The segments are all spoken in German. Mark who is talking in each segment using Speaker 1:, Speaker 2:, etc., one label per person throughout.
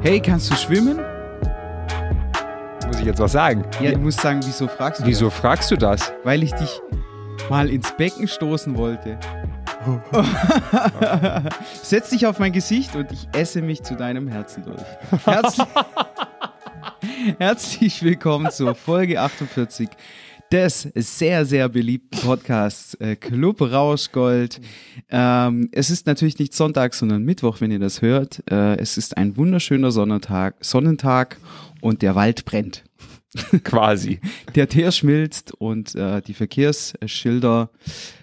Speaker 1: Hey, kannst du schwimmen?
Speaker 2: Muss ich jetzt was sagen?
Speaker 1: Ja, du musst sagen, wieso fragst du
Speaker 2: Wieso fragst du das?
Speaker 1: das? Weil ich dich mal ins Becken stoßen wollte. Setz dich auf mein Gesicht und ich esse mich zu deinem Herzen durch. Herzlich, herzlich willkommen zur Folge 48 des sehr, sehr beliebten Podcasts äh, Club Rauschgold. Ähm, es ist natürlich nicht Sonntag, sondern Mittwoch, wenn ihr das hört. Äh, es ist ein wunderschöner Sonnentag, Sonnentag und der Wald brennt.
Speaker 2: Quasi.
Speaker 1: Der Teer schmilzt und äh, die Verkehrsschilder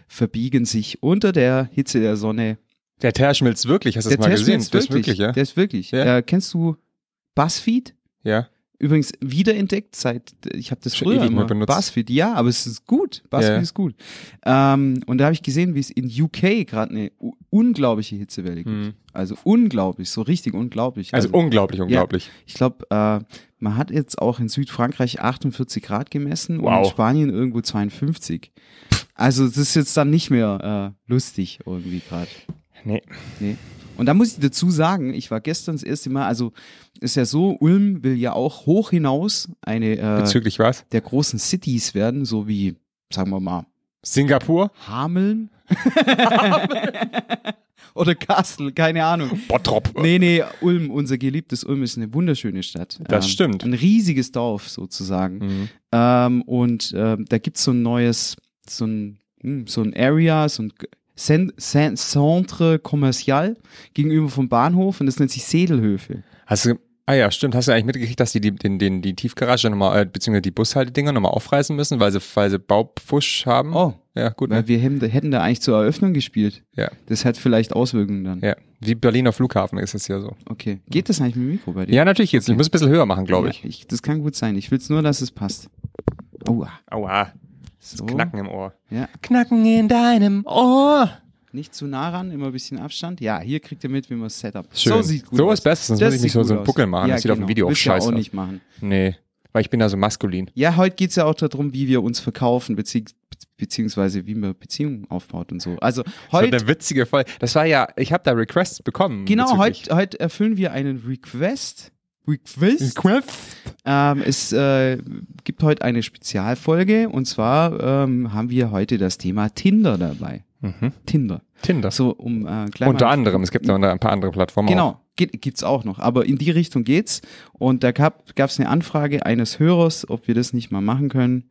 Speaker 1: verbiegen sich unter der Hitze der Sonne.
Speaker 2: Der Teer schmilzt wirklich, hast du
Speaker 1: Der
Speaker 2: das mal
Speaker 1: Teer
Speaker 2: gesehen?
Speaker 1: schmilzt wirklich.
Speaker 2: ja?
Speaker 1: Der ist wirklich.
Speaker 2: Ja.
Speaker 1: Äh, kennst du Buzzfeed?
Speaker 2: ja.
Speaker 1: Übrigens wiederentdeckt seit, ich habe das
Speaker 2: Schon
Speaker 1: früher
Speaker 2: ewig nicht
Speaker 1: immer
Speaker 2: mehr benutzt.
Speaker 1: Buzzfeed, ja, aber es ist gut. Buzzfeed
Speaker 2: Ja.
Speaker 1: ist gut. Ähm, und da habe ich gesehen, wie es in UK gerade eine u- unglaubliche Hitzewelle gibt.
Speaker 2: Hm.
Speaker 1: Also unglaublich, so richtig unglaublich.
Speaker 2: Also unglaublich, unglaublich.
Speaker 1: Ich glaube, äh, man hat jetzt auch in Südfrankreich 48 Grad gemessen und
Speaker 2: Wow.
Speaker 1: in Spanien irgendwo 52. Also es ist jetzt dann nicht mehr äh, lustig irgendwie gerade.
Speaker 2: Nee.
Speaker 1: Nee. Und da muss ich dazu sagen, ich war gestern das erste Mal, also ist ja so, Ulm will ja auch hoch hinaus eine äh,
Speaker 2: Bezüglich was?
Speaker 1: der großen Cities werden, so wie, sagen wir mal,
Speaker 2: Singapur?
Speaker 1: Hameln oder Kassel, keine Ahnung.
Speaker 2: Bottrop.
Speaker 1: Nee, nee, Ulm, unser geliebtes Ulm ist eine wunderschöne Stadt. Ähm,
Speaker 2: Das stimmt.
Speaker 1: Ein riesiges Dorf sozusagen.
Speaker 2: Mhm.
Speaker 1: Ähm, und ähm, da gibt es so ein neues, so ein, hm, so ein Area, so ein Cen- Cen- Centre Commercial gegenüber vom Bahnhof und das nennt sich Sedelhöfe.
Speaker 2: Hast du, ah ja, stimmt. Hast du eigentlich mitgekriegt, dass die die, den, den, die Tiefgarage nochmal, äh, beziehungsweise die Bushaltedinger nochmal aufreißen müssen, weil sie, weil sie Baupfusch haben?
Speaker 1: Oh,
Speaker 2: Ja, gut, ne?
Speaker 1: weil wir hätten, hätten da eigentlich zur Eröffnung gespielt.
Speaker 2: Ja.
Speaker 1: Das hat vielleicht Auswirkungen dann.
Speaker 2: Ja. Wie Berliner Flughafen ist es ja so.
Speaker 1: Okay. Geht das eigentlich mit dem Mikro bei dir?
Speaker 2: Ja, natürlich jetzt. Ich muss ein bisschen höher machen, glaube ich.
Speaker 1: Ja, Das kann gut sein. Ich will es nur, dass es passt. Aua.
Speaker 2: Aua.
Speaker 1: So.
Speaker 2: Knacken im Ohr.
Speaker 1: Oh. Ja.
Speaker 2: Knacken in deinem Ohr.
Speaker 1: Nicht zu nah ran, immer ein bisschen Abstand. Ja, hier kriegt ihr mit, wie man das Setup.
Speaker 2: Schön.
Speaker 1: So sieht gut
Speaker 2: So
Speaker 1: aus.
Speaker 2: ist besser, sonst muss ich
Speaker 1: sieht
Speaker 2: nicht so-
Speaker 1: gut
Speaker 2: so einen
Speaker 1: aus.
Speaker 2: Buckel machen.
Speaker 1: Ja,
Speaker 2: Das sieht auf dem
Speaker 1: genau.
Speaker 2: Video auch
Speaker 1: Willst du
Speaker 2: scheiße
Speaker 1: auch
Speaker 2: aus.
Speaker 1: nicht machen.
Speaker 2: Nee, weil ich bin da so maskulin.
Speaker 1: Ja, heute geht's ja auch darum, wie wir uns verkaufen, bezieh beziehungsweise wie man Beziehungen aufbaut und so. Also
Speaker 2: Heute
Speaker 1: heute,
Speaker 2: eine witzige Folge. Das war ja, ich habe da Requests bekommen.
Speaker 1: genau,
Speaker 2: bezüglich-
Speaker 1: heute, heute erfüllen wir einen Request. Request.
Speaker 2: Request.
Speaker 1: Ähm, es äh, gibt heute eine Spezialfolge und zwar ähm, haben wir heute das Thema Tinder dabei.
Speaker 2: Mhm.
Speaker 1: Tinder.
Speaker 2: Tinder.
Speaker 1: So um äh, klein
Speaker 2: Unter
Speaker 1: mal-
Speaker 2: anderem, es gibt da ein paar andere Plattformen. Auch.
Speaker 1: Genau, gibt, gibt's auch noch. Aber in die Richtung geht's. Und da gab, gab's eine Anfrage eines Hörers, ob wir das nicht mal machen können,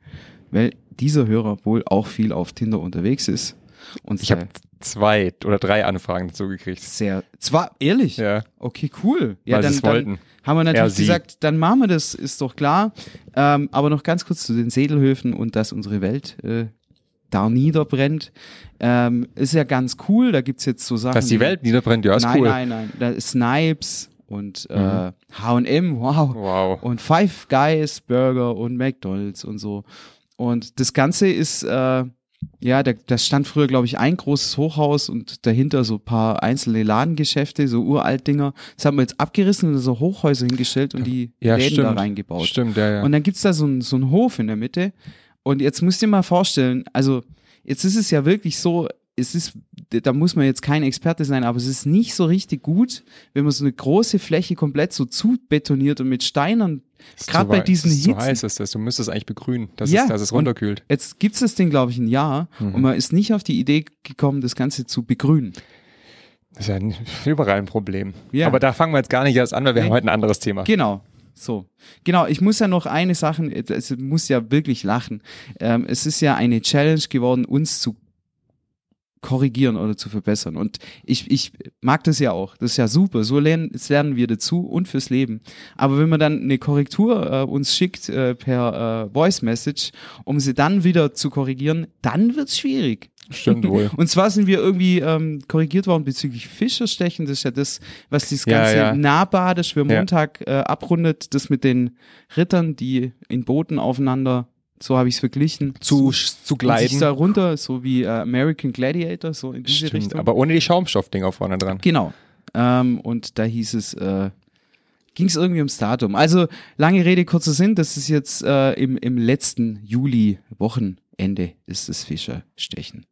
Speaker 1: weil dieser Hörer wohl auch viel auf Tinder unterwegs ist. Und
Speaker 2: Ich habe zwei oder drei Anfragen dazu gekriegt.
Speaker 1: sehr, zwar ehrlich.
Speaker 2: Ja,
Speaker 1: Okay, cool. Ja,
Speaker 2: weil sie
Speaker 1: dann,
Speaker 2: es
Speaker 1: dann
Speaker 2: wollten.
Speaker 1: haben wir
Speaker 2: Er,
Speaker 1: natürlich
Speaker 2: sie.
Speaker 1: gesagt, dann machen wir das, ist doch klar. Ähm, aber noch ganz kurz zu den Sedelhöfen und dass unsere Welt äh, da niederbrennt. Ähm, ist ja ganz cool. Da gibt's jetzt so Sachen.
Speaker 2: Dass die
Speaker 1: wie-
Speaker 2: Welt niederbrennt, ja, ist
Speaker 1: nein,
Speaker 2: cool. Mhm.
Speaker 1: nein, nein. Da ist Snipes und äh, HM, wow.
Speaker 2: Wow.
Speaker 1: Und Five Guys Burger und McDonalds und so. Und das Ganze ist, äh, ja, da, das stand früher, glaube ich, ein großes Hochhaus und dahinter so ein paar einzelne Ladengeschäfte, so Uralt-Dinger. Das haben wir jetzt abgerissen und so Hochhäuser hingestellt und die
Speaker 2: Ja,
Speaker 1: Läden da
Speaker 2: stimmt.
Speaker 1: reingebaut.
Speaker 2: Stimmt, ja, ja.
Speaker 1: Und dann gibt's da so einen so einen Hof in der Mitte. Und jetzt musst du dir mal vorstellen, also jetzt ist es ja wirklich so, es ist, da muss man jetzt kein Experte sein, aber es ist nicht so richtig gut, wenn man so eine große Fläche komplett so zubetoniert und mit Steinern,
Speaker 2: Ist
Speaker 1: gerade
Speaker 2: zu
Speaker 1: bei
Speaker 2: wei-
Speaker 1: diesen
Speaker 2: ist zu
Speaker 1: Hitzen.
Speaker 2: heiß ist das. Du müsstest eigentlich begrünen, dass,
Speaker 1: Ja,
Speaker 2: es, dass es
Speaker 1: und-
Speaker 2: runterkühlt.
Speaker 1: Jetzt gibt's das Ding, glaube ich, ein Jahr und man ist nicht auf die Idee gekommen, das Ganze zu begrünen.
Speaker 2: Das ist ja n- überall ein Problem.
Speaker 1: Ja.
Speaker 2: Aber da fangen wir jetzt gar nicht erst an, weil wir
Speaker 1: Nee.
Speaker 2: haben heute ein anderes Thema.
Speaker 1: Genau. So. Genau, ich muss ja noch eine Sache, es muss ja wirklich lachen. Ähm, es ist ja eine Challenge geworden, uns zu korrigieren oder zu verbessern. Und ich, ich mag das ja auch. Das ist ja super. So lernen, das lernen wir dazu und fürs Leben. Aber wenn man dann eine Korrektur äh, uns schickt äh, per äh, Voice Message, um sie dann wieder zu korrigieren, dann wird's schwierig.
Speaker 2: Stimmt wohl.
Speaker 1: Und zwar sind wir irgendwie ähm, korrigiert worden bezüglich Fischerstechen. Das ist ja das, was dieses
Speaker 2: Ja,
Speaker 1: ganze
Speaker 2: ja.
Speaker 1: Nahbadisch für
Speaker 2: Ja.
Speaker 1: Montag äh, abrundet. Das mit den Rittern, die in Booten aufeinander, so habe ich es verglichen.
Speaker 2: Zu,
Speaker 1: Und
Speaker 2: zu
Speaker 1: sich
Speaker 2: gleiten.
Speaker 1: da runter, so wie äh, American Gladiator, so in diese
Speaker 2: Stimmt,
Speaker 1: Richtung.
Speaker 2: aber ohne die Schaumstoffdinger vorne dran.
Speaker 1: genau. Ähm, und da hieß es, äh, ging es irgendwie ums Datum. Also lange Rede, kurzer Sinn, das ist jetzt äh, im, im letzten Juli, Wochenende ist das Fischerstechen.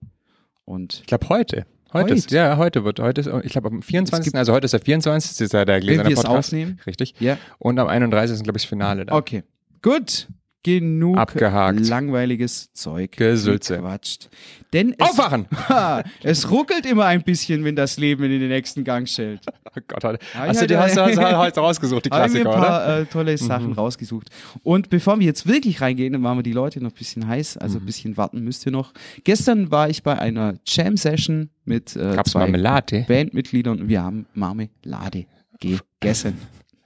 Speaker 1: Und
Speaker 2: Ich glaube heute. Heute, Ist,
Speaker 1: Heute?
Speaker 2: ja, heute wird, heute ist, ich glaube am 24., also heute ist der 24. ist ja der
Speaker 1: Wenn
Speaker 2: gläserne
Speaker 1: wir es
Speaker 2: Podcast.
Speaker 1: aufnehmen.
Speaker 2: Richtig.
Speaker 1: Ja.
Speaker 2: Und am 31. ist, glaube ich, das Finale da.
Speaker 1: Okay. Gut. Genug
Speaker 2: Abgehakt.
Speaker 1: langweiliges Zeug
Speaker 2: Gesülze.
Speaker 1: gequatscht. Denn es,
Speaker 2: Aufwachen!
Speaker 1: Ha, es ruckelt immer ein bisschen, wenn das Leben in den nächsten Gang schält.
Speaker 2: Oh Gott, halt.
Speaker 1: Ja,
Speaker 2: hast
Speaker 1: ja,
Speaker 2: du die
Speaker 1: ja.
Speaker 2: hast, du- hast, du- hast du rausgesucht, die
Speaker 1: Haben wir ein
Speaker 2: Klassiker, oder? Mhm.
Speaker 1: paar äh, tolle Sachen rausgesucht. Und bevor wir jetzt wirklich reingehen, dann machen wir die Leute noch ein bisschen heiß, also
Speaker 2: Mhm.
Speaker 1: ein bisschen warten müsst ihr noch. Gestern war ich bei einer Jam-Session mit äh,
Speaker 2: Gab's
Speaker 1: zwei
Speaker 2: Marmelade?
Speaker 1: Bandmitgliedern und wir haben Marmelade gegessen.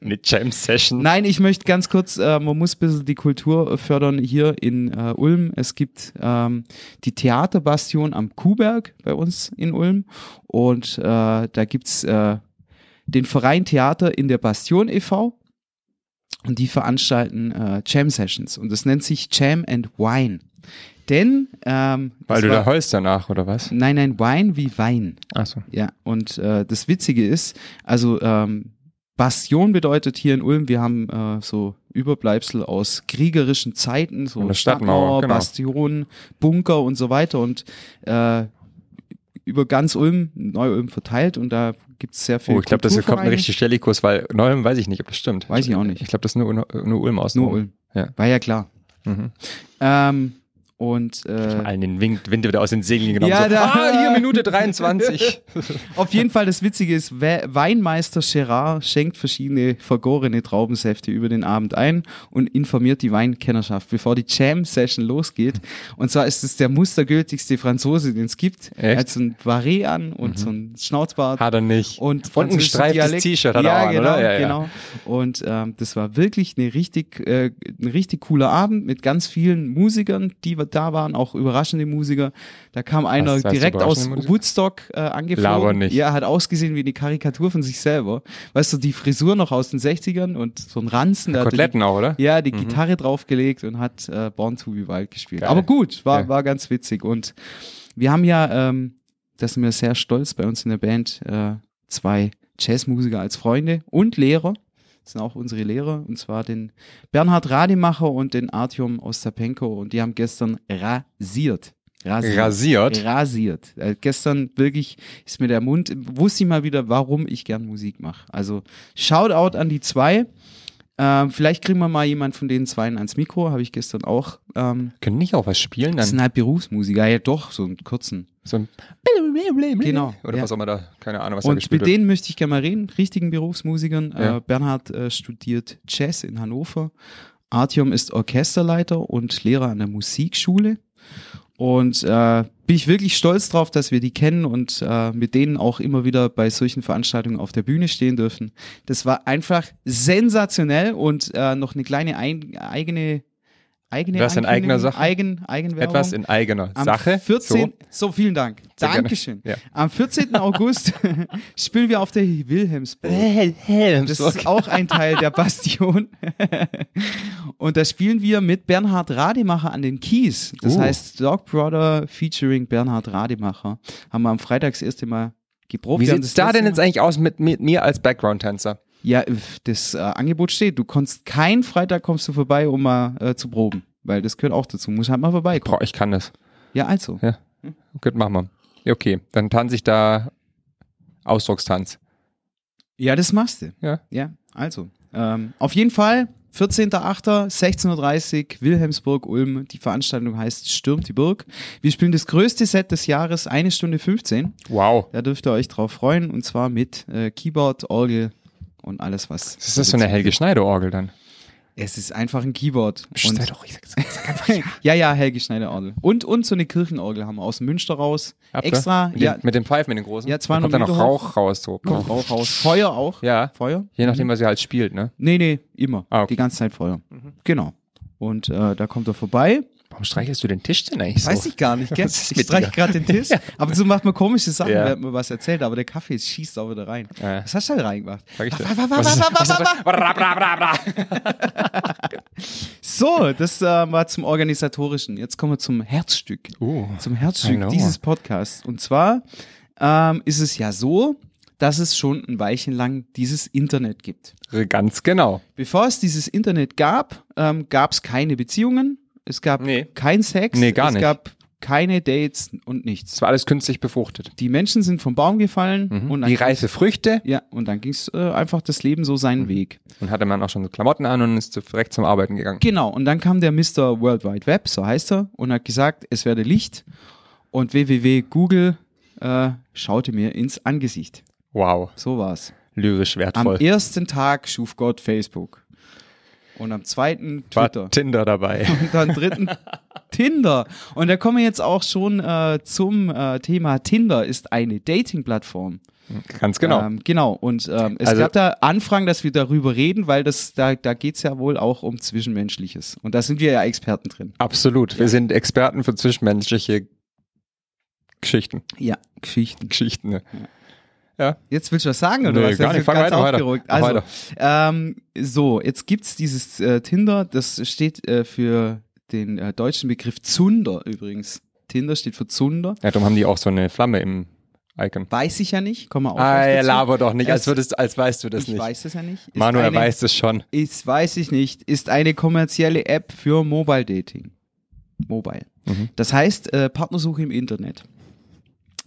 Speaker 2: Eine Jam-Session.
Speaker 1: Nein, ich möchte ganz kurz, äh, man muss ein bisschen die Kultur fördern hier in äh, Ulm. Es gibt ähm, die Theaterbastion am Kuhberg bei uns in Ulm und äh, da gibt's äh, den Verein Theater in der Bastion e.V. und die veranstalten äh, Jam-Sessions und das nennt sich Jam and Wine. Denn, ähm,
Speaker 2: Weil
Speaker 1: das
Speaker 2: du
Speaker 1: war-
Speaker 2: da heulst danach, oder was?
Speaker 1: nein, nein, Wine wie Wein.
Speaker 2: Achso.
Speaker 1: Ja, und äh, das Witzige ist, also ähm, Bastion bedeutet hier in Ulm, wir haben äh, so Überbleibsel aus kriegerischen Zeiten, so
Speaker 2: Von der Stadtmauer, genau.
Speaker 1: Bastion, Bunker und so weiter und äh, über ganz Ulm, Neu-Ulm verteilt und da gibt es sehr viel.
Speaker 2: Oh, ich glaube, das hier kommt ein
Speaker 1: Kulturvereine.
Speaker 2: richtig Stellikus, weil Neuem weiß ich nicht, ob das stimmt.
Speaker 1: Weiß ich auch nicht.
Speaker 2: Ich glaube, das ist nur, nur Ulm aus.
Speaker 1: Nur Ulm.
Speaker 2: Ja.
Speaker 1: War ja klar.
Speaker 2: Mhm.
Speaker 1: Ähm, und äh,
Speaker 2: Allen den Wind, Wind wieder aus den Segeln genommen.
Speaker 1: Ja,
Speaker 2: so,
Speaker 1: da-
Speaker 2: ah, hier Minute 23.
Speaker 1: Auf jeden Fall, das Witzige ist, We- Weinmeister Gerard schenkt verschiedene vergorene Traubensäfte über den Abend ein und informiert die Weinkennerschaft, bevor die Jam-Session losgeht. Und zwar ist es der mustergültigste Franzose, den es gibt. Er
Speaker 2: Echt? Mhm.
Speaker 1: hat so ein Barret an und so ein Schnauzbart.
Speaker 2: Hat er nicht.
Speaker 1: und
Speaker 2: Von ein
Speaker 1: französischen
Speaker 2: streiftes
Speaker 1: Dialekt.
Speaker 2: T-Shirt hat
Speaker 1: ja,
Speaker 2: er auch an,
Speaker 1: genau,
Speaker 2: oder? Ja, ja.
Speaker 1: genau. Und ähm, das war wirklich eine richtig, äh, ein richtig cooler Abend mit ganz vielen Musikern, die wir da waren, auch überraschende Musiker. Da kam einer
Speaker 2: heißt
Speaker 1: direkt aus
Speaker 2: überraschende Musiker?
Speaker 1: Woodstock äh, angeflogen.
Speaker 2: Laber nicht.
Speaker 1: Ja, hat ausgesehen wie eine Karikatur von sich selber. Weißt du, die Frisur noch aus den 60ern und so ein Ranzen. da hatte die-
Speaker 2: Koteletten auch, oder? Mhm.
Speaker 1: ja, die Gitarre draufgelegt und hat äh, Born to be Wild gespielt.
Speaker 2: Geil.
Speaker 1: Aber gut, war,
Speaker 2: Ja.
Speaker 1: war ganz witzig. Und wir haben ja, ähm, da sind wir sehr stolz bei uns in der Band, äh, zwei Jazzmusiker als Freunde und Lehrer. Das sind auch unsere Lehrer, und zwar den Bernhard Rademacher und den Artyom Ostapenko. Und die haben gestern rasiert. Rasiert.
Speaker 2: Rasiert.
Speaker 1: Rasiert. Äh, gestern wirklich ist mir der Mund, wusste ich mal wieder, warum ich gern Musik mache. Also Shoutout an die zwei. Ähm, vielleicht kriegen wir mal jemand von den zweien ans Mikro, habe ich gestern auch. Ähm,
Speaker 2: Können nicht auch was spielen
Speaker 1: das
Speaker 2: dann?
Speaker 1: sind halt Berufsmusiker, ja doch, so einen kurzen.
Speaker 2: So ein
Speaker 1: Genau,
Speaker 2: Oder
Speaker 1: ja.
Speaker 2: was auch immer da, keine Ahnung, was er
Speaker 1: Und
Speaker 2: gespielt
Speaker 1: mit
Speaker 2: hat.
Speaker 1: denen möchte ich gerne mal reden, richtigen Berufsmusikern.
Speaker 2: Ja.
Speaker 1: Äh, Bernhard äh, studiert Jazz in Hannover. Artyom ist Orchesterleiter und Lehrer an der Musikschule. Und äh, bin ich wirklich stolz drauf, dass wir die kennen und äh, mit denen auch immer wieder bei solchen Veranstaltungen auf der Bühne stehen dürfen. Das war einfach sensationell und äh, noch eine kleine ein, eigene eigene
Speaker 2: Das in eigener
Speaker 1: Ankündigung,
Speaker 2: Sache?
Speaker 1: Eigen, Eigenwerbung.
Speaker 2: Etwas in eigener
Speaker 1: Am
Speaker 2: Sache.
Speaker 1: 14. So, vielen Dank.
Speaker 2: Sehr gerne.
Speaker 1: Dankeschön.
Speaker 2: Ja.
Speaker 1: Am 14. August spielen wir auf der Wilhelmsburg. Das
Speaker 2: So.
Speaker 1: ist auch ein Teil der Bastion. Und da spielen wir mit Bernhard Rademacher an den Keys. Das
Speaker 2: Uh.
Speaker 1: heißt Dog Brother featuring Bernhard Rademacher. Haben wir am Freitag das erste Mal geprobt.
Speaker 2: Wie
Speaker 1: Wir haben
Speaker 2: sieht's
Speaker 1: das
Speaker 2: da denn jetzt
Speaker 1: letzte
Speaker 2: eigentlich aus mit, mit mir als Background-Tänzer?
Speaker 1: Mal- Ja, das äh, Angebot steht. Du kommst kein Freitag kommst du vorbei, um mal äh, zu proben. Weil das gehört auch dazu. Muss halt mal vorbeikommen.
Speaker 2: Boah, ich kann das.
Speaker 1: Ja, also.
Speaker 2: Gut, machen wir. Ja, Okay, dann tanze ich da Ausdruckstanz.
Speaker 1: Ja, das machst du.
Speaker 2: Ja.
Speaker 1: Ja, also. Ähm, auf jeden Fall, 14.08., 16.30 Uhr, Wilhelmsburg, Ulm. Die Veranstaltung heißt Stürmt die Burg. Wir spielen das größte Set des Jahres, eine Stunde 15.
Speaker 2: Wow.
Speaker 1: Da dürft ihr euch drauf freuen und zwar mit äh, Keyboard, Orgel und alles, was.
Speaker 2: Ist das so eine Helge Schneider-Orgel dann?
Speaker 1: Es ist einfach ein Keyboard.
Speaker 2: Psst, sei
Speaker 1: Und,
Speaker 2: doch, ich sag's- ich sag's einfach.
Speaker 1: ja, ja, Helge Schneider Orgel. Und, und so eine Kirchenorgel haben wir aus Münster raus.
Speaker 2: Habt ihr?
Speaker 1: Extra,
Speaker 2: Mit,
Speaker 1: ja,
Speaker 2: dem, mit dem Pfeifen, mit den großen.
Speaker 1: Ja, 200
Speaker 2: Da kommt dann noch
Speaker 1: Meter hoch.
Speaker 2: Rauch raus. So.
Speaker 1: kommt auch raus. Feuer auch.
Speaker 2: Ja,
Speaker 1: Feuer.
Speaker 2: je nachdem, was ihr halt spielt, ne?
Speaker 1: Nee, nee, immer.
Speaker 2: Ah, okay. Mhm.
Speaker 1: Die ganze Zeit Feuer. Genau. Und äh, da kommt er vorbei.
Speaker 2: Warum streichelst du den Tisch denn eigentlich so?
Speaker 1: Weiß ich gar nicht, gell?
Speaker 2: ist
Speaker 1: Ich
Speaker 2: mit
Speaker 1: streiche
Speaker 2: dir?
Speaker 1: gerade den Tisch. Aber so macht man komische Sachen,
Speaker 2: Ja.
Speaker 1: während man was erzählt. Aber der Kaffee schießt auch wieder rein.
Speaker 2: Ja, ja.
Speaker 1: Was hast du da reingemacht?
Speaker 2: Sag ich dir.
Speaker 1: Wa- wa- wa- wa- wa- wa- wa- wa-
Speaker 2: Bra, bra, bra, bra.
Speaker 1: So, das äh, war zum Organisatorischen. Jetzt kommen wir zum Herzstück.
Speaker 2: Uh,
Speaker 1: Zum Herzstück
Speaker 2: Hallo.
Speaker 1: dieses Podcasts. Und zwar ähm, ist es ja so, dass es schon ein Weilchen lang dieses Internet gibt.
Speaker 2: ganz genau.
Speaker 1: Bevor es dieses Internet gab, ähm, gab es keine Beziehungen, es gab
Speaker 2: Nee.
Speaker 1: kein Sex,
Speaker 2: Nee, gar
Speaker 1: es
Speaker 2: nicht.
Speaker 1: gab keine Dates und nichts.
Speaker 2: Es war alles künstlich befruchtet.
Speaker 1: Die Menschen sind vom Baum gefallen
Speaker 2: Mhm.
Speaker 1: und dann
Speaker 2: Die reife Früchte
Speaker 1: ja, und dann ging's äh, einfach das Leben so seinen
Speaker 2: Mhm.
Speaker 1: Weg.
Speaker 2: und hatte man auch schon so Klamotten an und ist direkt zum Arbeiten gegangen.
Speaker 1: Genau, und dann kam der Mr. World Wide Web, so heißt er, und hat gesagt, es werde Licht und www Google äh, schaute mir ins Angesicht.
Speaker 2: Wow,
Speaker 1: So war's.
Speaker 2: lyrisch
Speaker 1: Am
Speaker 2: wertvoll.
Speaker 1: ersten Tag schuf Gott Facebook und am zweiten
Speaker 2: War
Speaker 1: Twitter.
Speaker 2: Tinder dabei.
Speaker 1: und dann dritten Tinder. Und da kommen wir jetzt auch schon äh, zum äh, Thema Tinder ist eine Dating-Plattform.
Speaker 2: Ganz genau.
Speaker 1: Ähm, genau. Und ähm, es
Speaker 2: Also-
Speaker 1: gab da Anfragen, dass wir darüber reden, weil das da, da geht's ja wohl auch um Zwischenmenschliches. Und da sind wir ja Experten drin.
Speaker 2: Absolut. Wir sind Experten für zwischenmenschliche Geschichten.
Speaker 1: Ja, Geschichten.
Speaker 2: Geschichten. Ne?
Speaker 1: Jetzt willst du was sagen, oder
Speaker 2: Nee,
Speaker 1: was?
Speaker 2: gar
Speaker 1: Das
Speaker 2: nicht.
Speaker 1: ist
Speaker 2: Fang
Speaker 1: ganz
Speaker 2: weiter, weiter.
Speaker 1: aufgerückt.
Speaker 2: Mach
Speaker 1: Also, ähm, so, jetzt gibt's dieses äh, Tinder, das steht äh, für den äh, deutschen Begriff Zunder übrigens. Tinder steht für Zunder.
Speaker 2: Ja, darum haben die auch so eine Flamme im Icon.
Speaker 1: Weiß ich ja nicht, kommen wir auch
Speaker 2: Ah,
Speaker 1: gleich
Speaker 2: ja,
Speaker 1: dazu.
Speaker 2: laber doch nicht, als,
Speaker 1: Es-
Speaker 2: würdest, als weißt du das
Speaker 1: ich
Speaker 2: nicht.
Speaker 1: weiß es ja nicht. Ist
Speaker 2: Manuel
Speaker 1: eine,
Speaker 2: weiß es schon.
Speaker 1: Ist, weiß ich nicht. Ist eine kommerzielle App für Mobile Dating. Mobile.
Speaker 2: Mhm.
Speaker 1: Das heißt, äh, Partnersuche im Internet.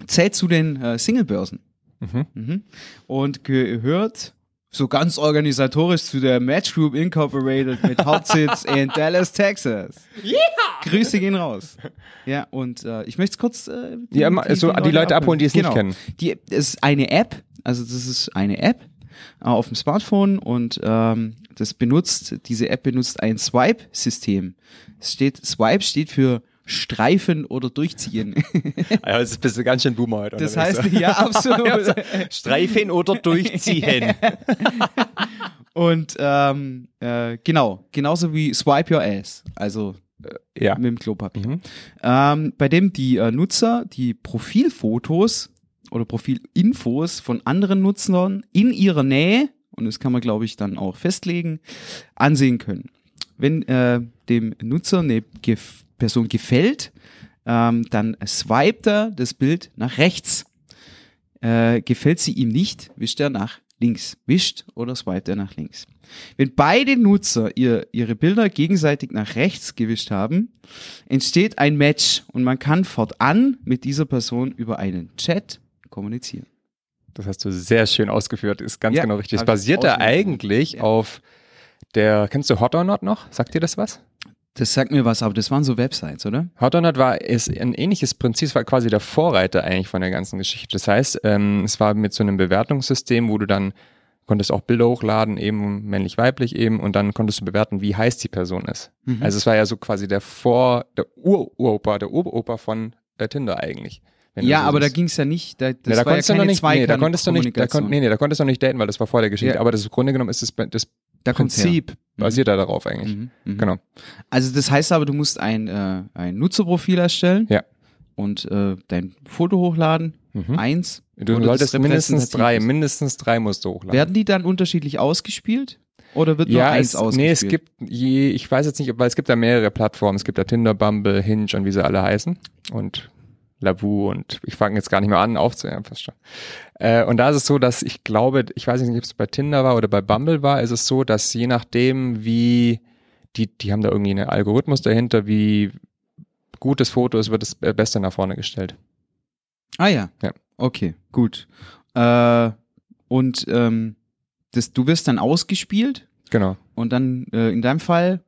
Speaker 1: Zählt zu den äh, Singlebörsen.
Speaker 2: Mhm.
Speaker 1: Mhm. Und gehört so ganz organisatorisch zu der Match Group Incorporated mit Hauptsitz in Dallas, Texas. Grüße gehen raus. Ja, und äh, ich möchte es kurz äh,
Speaker 2: Ja, immer so die Leute abholen, die es nicht
Speaker 1: Genau.
Speaker 2: kennen.
Speaker 1: Die es ist eine App, also das ist eine App äh, auf dem Smartphone und ähm, das benutzt, diese App benutzt ein Swipe-System. Es steht, Swipe steht für Streifen oder Durchziehen.
Speaker 2: Also, jetzt bist du ganz schön Boomer heute.
Speaker 1: Das
Speaker 2: unterwegs.
Speaker 1: heißt, ja, absolut.
Speaker 2: Streifen oder durchziehen.
Speaker 1: Und ähm, äh, genau, genauso wie Swipe Your Ass, also
Speaker 2: ja.
Speaker 1: mit dem Klopapier.
Speaker 2: Mhm.
Speaker 1: Ähm, bei dem die äh, Nutzer die Profilfotos oder Profilinfos von anderen Nutzern in ihrer Nähe, und das kann man, glaube ich, dann auch festlegen, ansehen können. Wenn äh, dem Nutzer eine Gef Person gefällt, ähm, dann swipet er das Bild nach rechts. Äh, gefällt sie ihm nicht, wischt er nach links. Wischt oder swipet er nach links. Wenn beide Nutzer ihr, ihre Bilder gegenseitig nach rechts gewischt haben, entsteht ein Match und man kann fortan mit dieser Person über einen Chat kommunizieren.
Speaker 2: Das hast du sehr schön ausgeführt. Ist ganz
Speaker 1: Ja,
Speaker 2: genau richtig. Es
Speaker 1: hab ich
Speaker 2: basiert da
Speaker 1: auswendig
Speaker 2: eigentlich
Speaker 1: Ja.
Speaker 2: auf der, kennst du Hot or Not noch? Sagt dir das was?
Speaker 1: Das sagt mir was, aber das waren so Websites, oder?
Speaker 2: Hot or Not war ist ein ähnliches Prinzip, es war quasi der Vorreiter eigentlich von der ganzen Geschichte. Das heißt, ähm, es war mit so einem Bewertungssystem, wo du dann konntest auch Bilder hochladen, eben männlich-weiblich eben, und dann konntest du bewerten, wie heiß die Person ist.
Speaker 1: Mhm.
Speaker 2: Also es war ja so quasi der Vor, der Ur-Uropa, der Uropa von äh, Tinder eigentlich. wenn du
Speaker 1: ja,
Speaker 2: so
Speaker 1: aber da
Speaker 2: siehst.
Speaker 1: ging es ja nicht. Da, das
Speaker 2: Nee, da
Speaker 1: war ja
Speaker 2: konntest du
Speaker 1: keine
Speaker 2: noch nicht, nee, da konntest du nicht, da kon,
Speaker 1: Zweikern-Kommunikation.
Speaker 2: nee, nee, da konntest du noch nicht daten, weil das war vor der
Speaker 1: Ja.
Speaker 2: Geschichte.
Speaker 1: Mhm.
Speaker 2: Aber das im Grunde genommen ist das, das
Speaker 1: Da kommt's her.
Speaker 2: Prinzip basiert da darauf eigentlich.
Speaker 1: Mhm, mhm.
Speaker 2: Genau.
Speaker 1: Also das heißt aber, du musst ein, äh, ein Nutzerprofil erstellen
Speaker 2: Ja.
Speaker 1: und äh, dein Foto hochladen.
Speaker 2: Mhm.
Speaker 1: Eins.
Speaker 2: Du
Speaker 1: Oder das
Speaker 2: solltest mindestens
Speaker 1: repräsentativ
Speaker 2: drei,
Speaker 1: ist.
Speaker 2: mindestens drei musst du hochladen.
Speaker 1: Werden die dann unterschiedlich ausgespielt? Oder wird nur eins
Speaker 2: es,
Speaker 1: ausgespielt?
Speaker 2: Nee, es gibt je, ich weiß jetzt nicht, ob- weil es gibt da mehrere Plattformen. Es gibt da Tinder, Bumble, Hinge und wie sie alle heißen. Und Lavu und ich fange jetzt gar nicht mehr an aufzuhören, fast schon. Äh, und da ist es so, dass ich glaube, ich weiß nicht, ob es bei Tinder war oder bei Bumble war, ist es so, dass je nachdem, wie die, die haben da irgendwie einen Algorithmus dahinter, wie gut das Foto ist, wird das äh, Beste nach vorne gestellt.
Speaker 1: Ah ja.
Speaker 2: Ja.
Speaker 1: Okay, gut. Äh, und ähm, das, du wirst dann ausgespielt
Speaker 2: Genau.
Speaker 1: und dann äh, in deinem Fall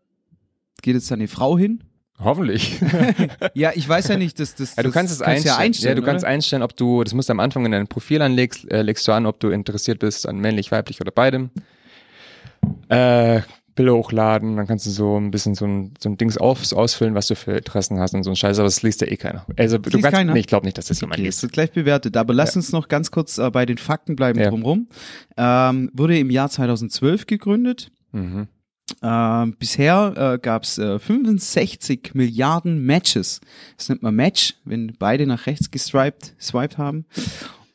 Speaker 1: geht jetzt dann die Frau hin.
Speaker 2: Hoffentlich.
Speaker 1: Ja, ich weiß ja nicht, dass das.
Speaker 2: Ja, du
Speaker 1: das
Speaker 2: kannst es
Speaker 1: kannst
Speaker 2: einstellen.
Speaker 1: du
Speaker 2: Ja,
Speaker 1: Ja, einstellen
Speaker 2: du kannst
Speaker 1: oder?
Speaker 2: einstellen, ob du, das musst du am Anfang, wenn du dein Profil anlegst, äh, legst du an, ob du interessiert bist an männlich, weiblich oder beidem. Äh, Bilder hochladen, dann kannst du so ein bisschen so ein, so ein Dings aus, ausfüllen, was du für Interessen hast und so ein Scheiß, aber das liest ja eh keiner. Also du
Speaker 1: liest
Speaker 2: kannst,
Speaker 1: keiner?
Speaker 2: Nee, ich glaube nicht, dass das jemand
Speaker 1: Okay, es
Speaker 2: liest.
Speaker 1: wird gleich bewertet. Aber lass uns noch ganz kurz äh, bei den Fakten bleiben
Speaker 2: Ja.
Speaker 1: drumrum. Ähm, wurde im Jahr 2012 gegründet.
Speaker 2: Mhm.
Speaker 1: Ähm, bisher äh, gab es äh, 65 Milliarden Matches. Das nennt man Match, wenn beide nach rechts gestriped swiped haben.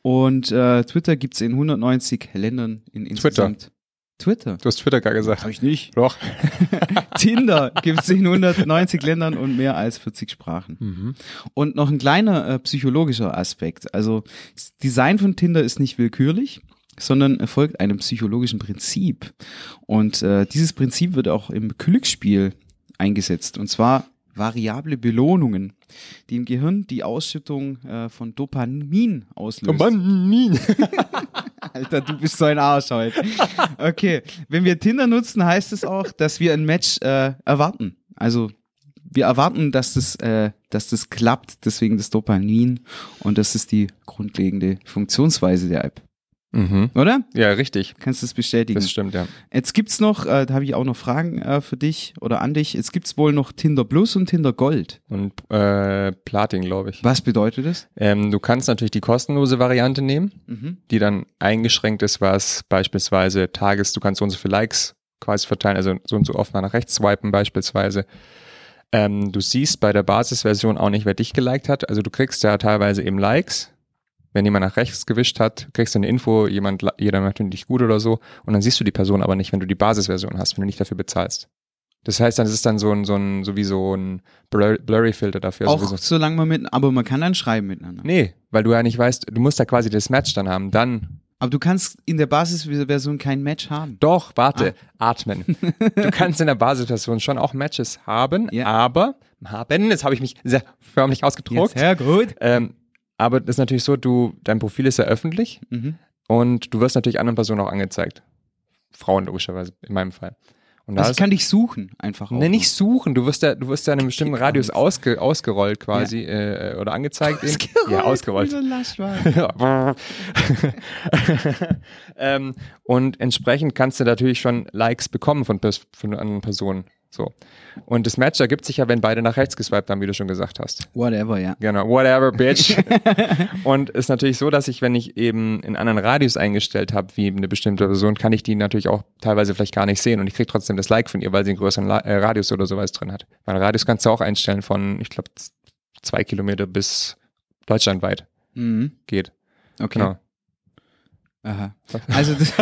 Speaker 1: Und äh, Twitter gibt es in 190 Ländern in insgesamt. Twitter.
Speaker 2: Du hast Twitter gar gesagt.
Speaker 1: Habe ich nicht.
Speaker 2: Doch.
Speaker 1: Tinder gibt es in 190 Ländern und mehr als 40 Sprachen. Und noch ein kleiner äh, psychologischer Aspekt. Also das Design von Tinder ist nicht willkürlich, sondern erfolgt einem psychologischen Prinzip. Und äh, dieses Prinzip wird auch im Glücksspiel eingesetzt. Und zwar variable Belohnungen, die im Gehirn die Ausschüttung äh, von Dopamin
Speaker 2: Oh
Speaker 1: auslöst.
Speaker 2: Dopamin.
Speaker 1: Alter, du bist so ein Arsch heute. Okay, wenn wir Tinder nutzen, heißt es auch, dass wir ein Match äh, erwarten. Also wir erwarten, dass das, äh, dass das klappt, deswegen das Dopamin und das ist die grundlegende Funktionsweise der App,
Speaker 2: Mhm.
Speaker 1: oder?
Speaker 2: Ja, richtig.
Speaker 1: Kannst du das bestätigen?
Speaker 2: Das stimmt, ja.
Speaker 1: Jetzt gibt's noch, äh, da habe ich auch noch Fragen äh, für dich oder an dich. Jetzt gibt's wohl noch Tinder Plus und Tinder Gold.
Speaker 2: Und äh, Platin, glaube ich.
Speaker 1: Was bedeutet das?
Speaker 2: Ähm, du kannst natürlich die kostenlose Variante nehmen,
Speaker 1: Mhm.
Speaker 2: die dann eingeschränkt ist, was beispielsweise Tages, du kannst so und so viele Likes quasi verteilen, also so und so oft mal nach rechts swipen beispielsweise. Ähm, du siehst bei der Basisversion auch nicht, wer dich geliked hat. Also du kriegst ja teilweise eben Likes. Wenn jemand nach rechts gewischt hat, kriegst du eine Info, jemand, li- jeder möchte dich gut oder so. Und dann siehst du die Person aber nicht, wenn du die Basisversion hast, wenn du nicht dafür bezahlst. Das heißt, dann ist es dann so ein, so ein, so wie so ein Blur- Blurry-Filter dafür. also wie so
Speaker 1: auch solange man mit, aber man kann dann schreiben miteinander.
Speaker 2: Nee, weil du ja nicht weißt, du musst ja quasi das Match dann haben. Dann,
Speaker 1: Aber du kannst in der Basisversion kein Match haben.
Speaker 2: doch, warte,
Speaker 1: Ah.
Speaker 2: atmen. Du kannst in der Basisversion schon auch Matches haben,
Speaker 1: Ja.
Speaker 2: aber, haben, jetzt habe ich mich sehr förmlich ausgedruckt.
Speaker 1: sehr gut.
Speaker 2: Ähm, aber das ist natürlich so, du, dein Profil ist ja öffentlich
Speaker 1: Mhm.
Speaker 2: und du wirst natürlich anderen Personen auch angezeigt. Frauen logischerweise, in meinem Fall. Und da
Speaker 1: Also ich
Speaker 2: ist-
Speaker 1: kann dich suchen einfach. auch
Speaker 2: Nee, nicht
Speaker 1: noch.
Speaker 2: suchen. Du wirst ja, du wirst ja in einem bestimmten
Speaker 1: geht gar
Speaker 2: Radius
Speaker 1: nicht.
Speaker 2: ausge, ausgerollt quasi äh, oder angezeigt. eben. Ja, ausgerollt.
Speaker 1: Wie so ein Laschwal.
Speaker 2: Ja. ähm, und entsprechend kannst du natürlich schon Likes bekommen von, pers- von anderen Personen. So. Und das Match ergibt sich ja, wenn beide nach rechts geswiped haben, wie du schon gesagt hast.
Speaker 1: Whatever, ja.
Speaker 2: Genau, whatever, bitch. und ist natürlich so, dass ich, wenn ich eben einen anderen Radius eingestellt habe, wie eben eine bestimmte Person, kann ich die natürlich auch teilweise vielleicht gar nicht sehen und ich kriege trotzdem das Like von ihr, weil sie einen größeren La äh, Radius oder sowas drin hat. Weil Radius kannst du auch einstellen von, ich glaube, z- zwei Kilometer bis deutschlandweit
Speaker 1: Mhm.
Speaker 2: geht.
Speaker 1: Okay.
Speaker 2: Genau.
Speaker 1: Aha. Also das,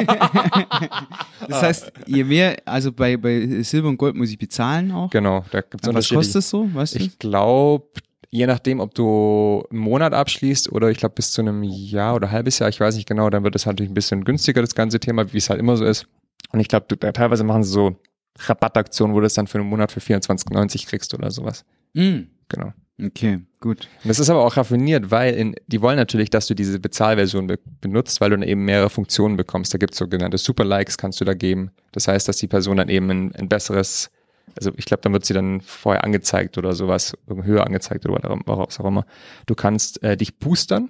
Speaker 1: das heißt, je mehr, also bei, bei Silber und Gold muss ich bezahlen auch.
Speaker 2: Genau, da gibt es
Speaker 1: Aber Was kostet es so? Weißt du?
Speaker 2: Ich glaube, je nachdem, ob du einen Monat abschließt oder ich glaube bis zu einem Jahr oder halbes Jahr, ich weiß nicht genau, dann wird das halt natürlich ein bisschen günstiger, das ganze Thema, wie es halt immer so ist. Und ich glaube, du- da teilweise machen sie so Rabattaktionen, wo du es dann für einen Monat für 24,90 kriegst oder sowas.
Speaker 1: Mhm.
Speaker 2: Genau.
Speaker 1: Okay, gut.
Speaker 2: Und das ist aber auch raffiniert, weil in, die wollen natürlich, dass du diese Bezahlversion be benutzt, weil du dann eben mehrere Funktionen bekommst. Da gibt es sogenannte Super-Likes, kannst du da geben. Das heißt, dass die Person dann eben ein, ein besseres, also ich glaube, dann wird sie dann vorher angezeigt oder sowas, höher angezeigt oder warum- was auch immer. Du kannst äh, dich boostern,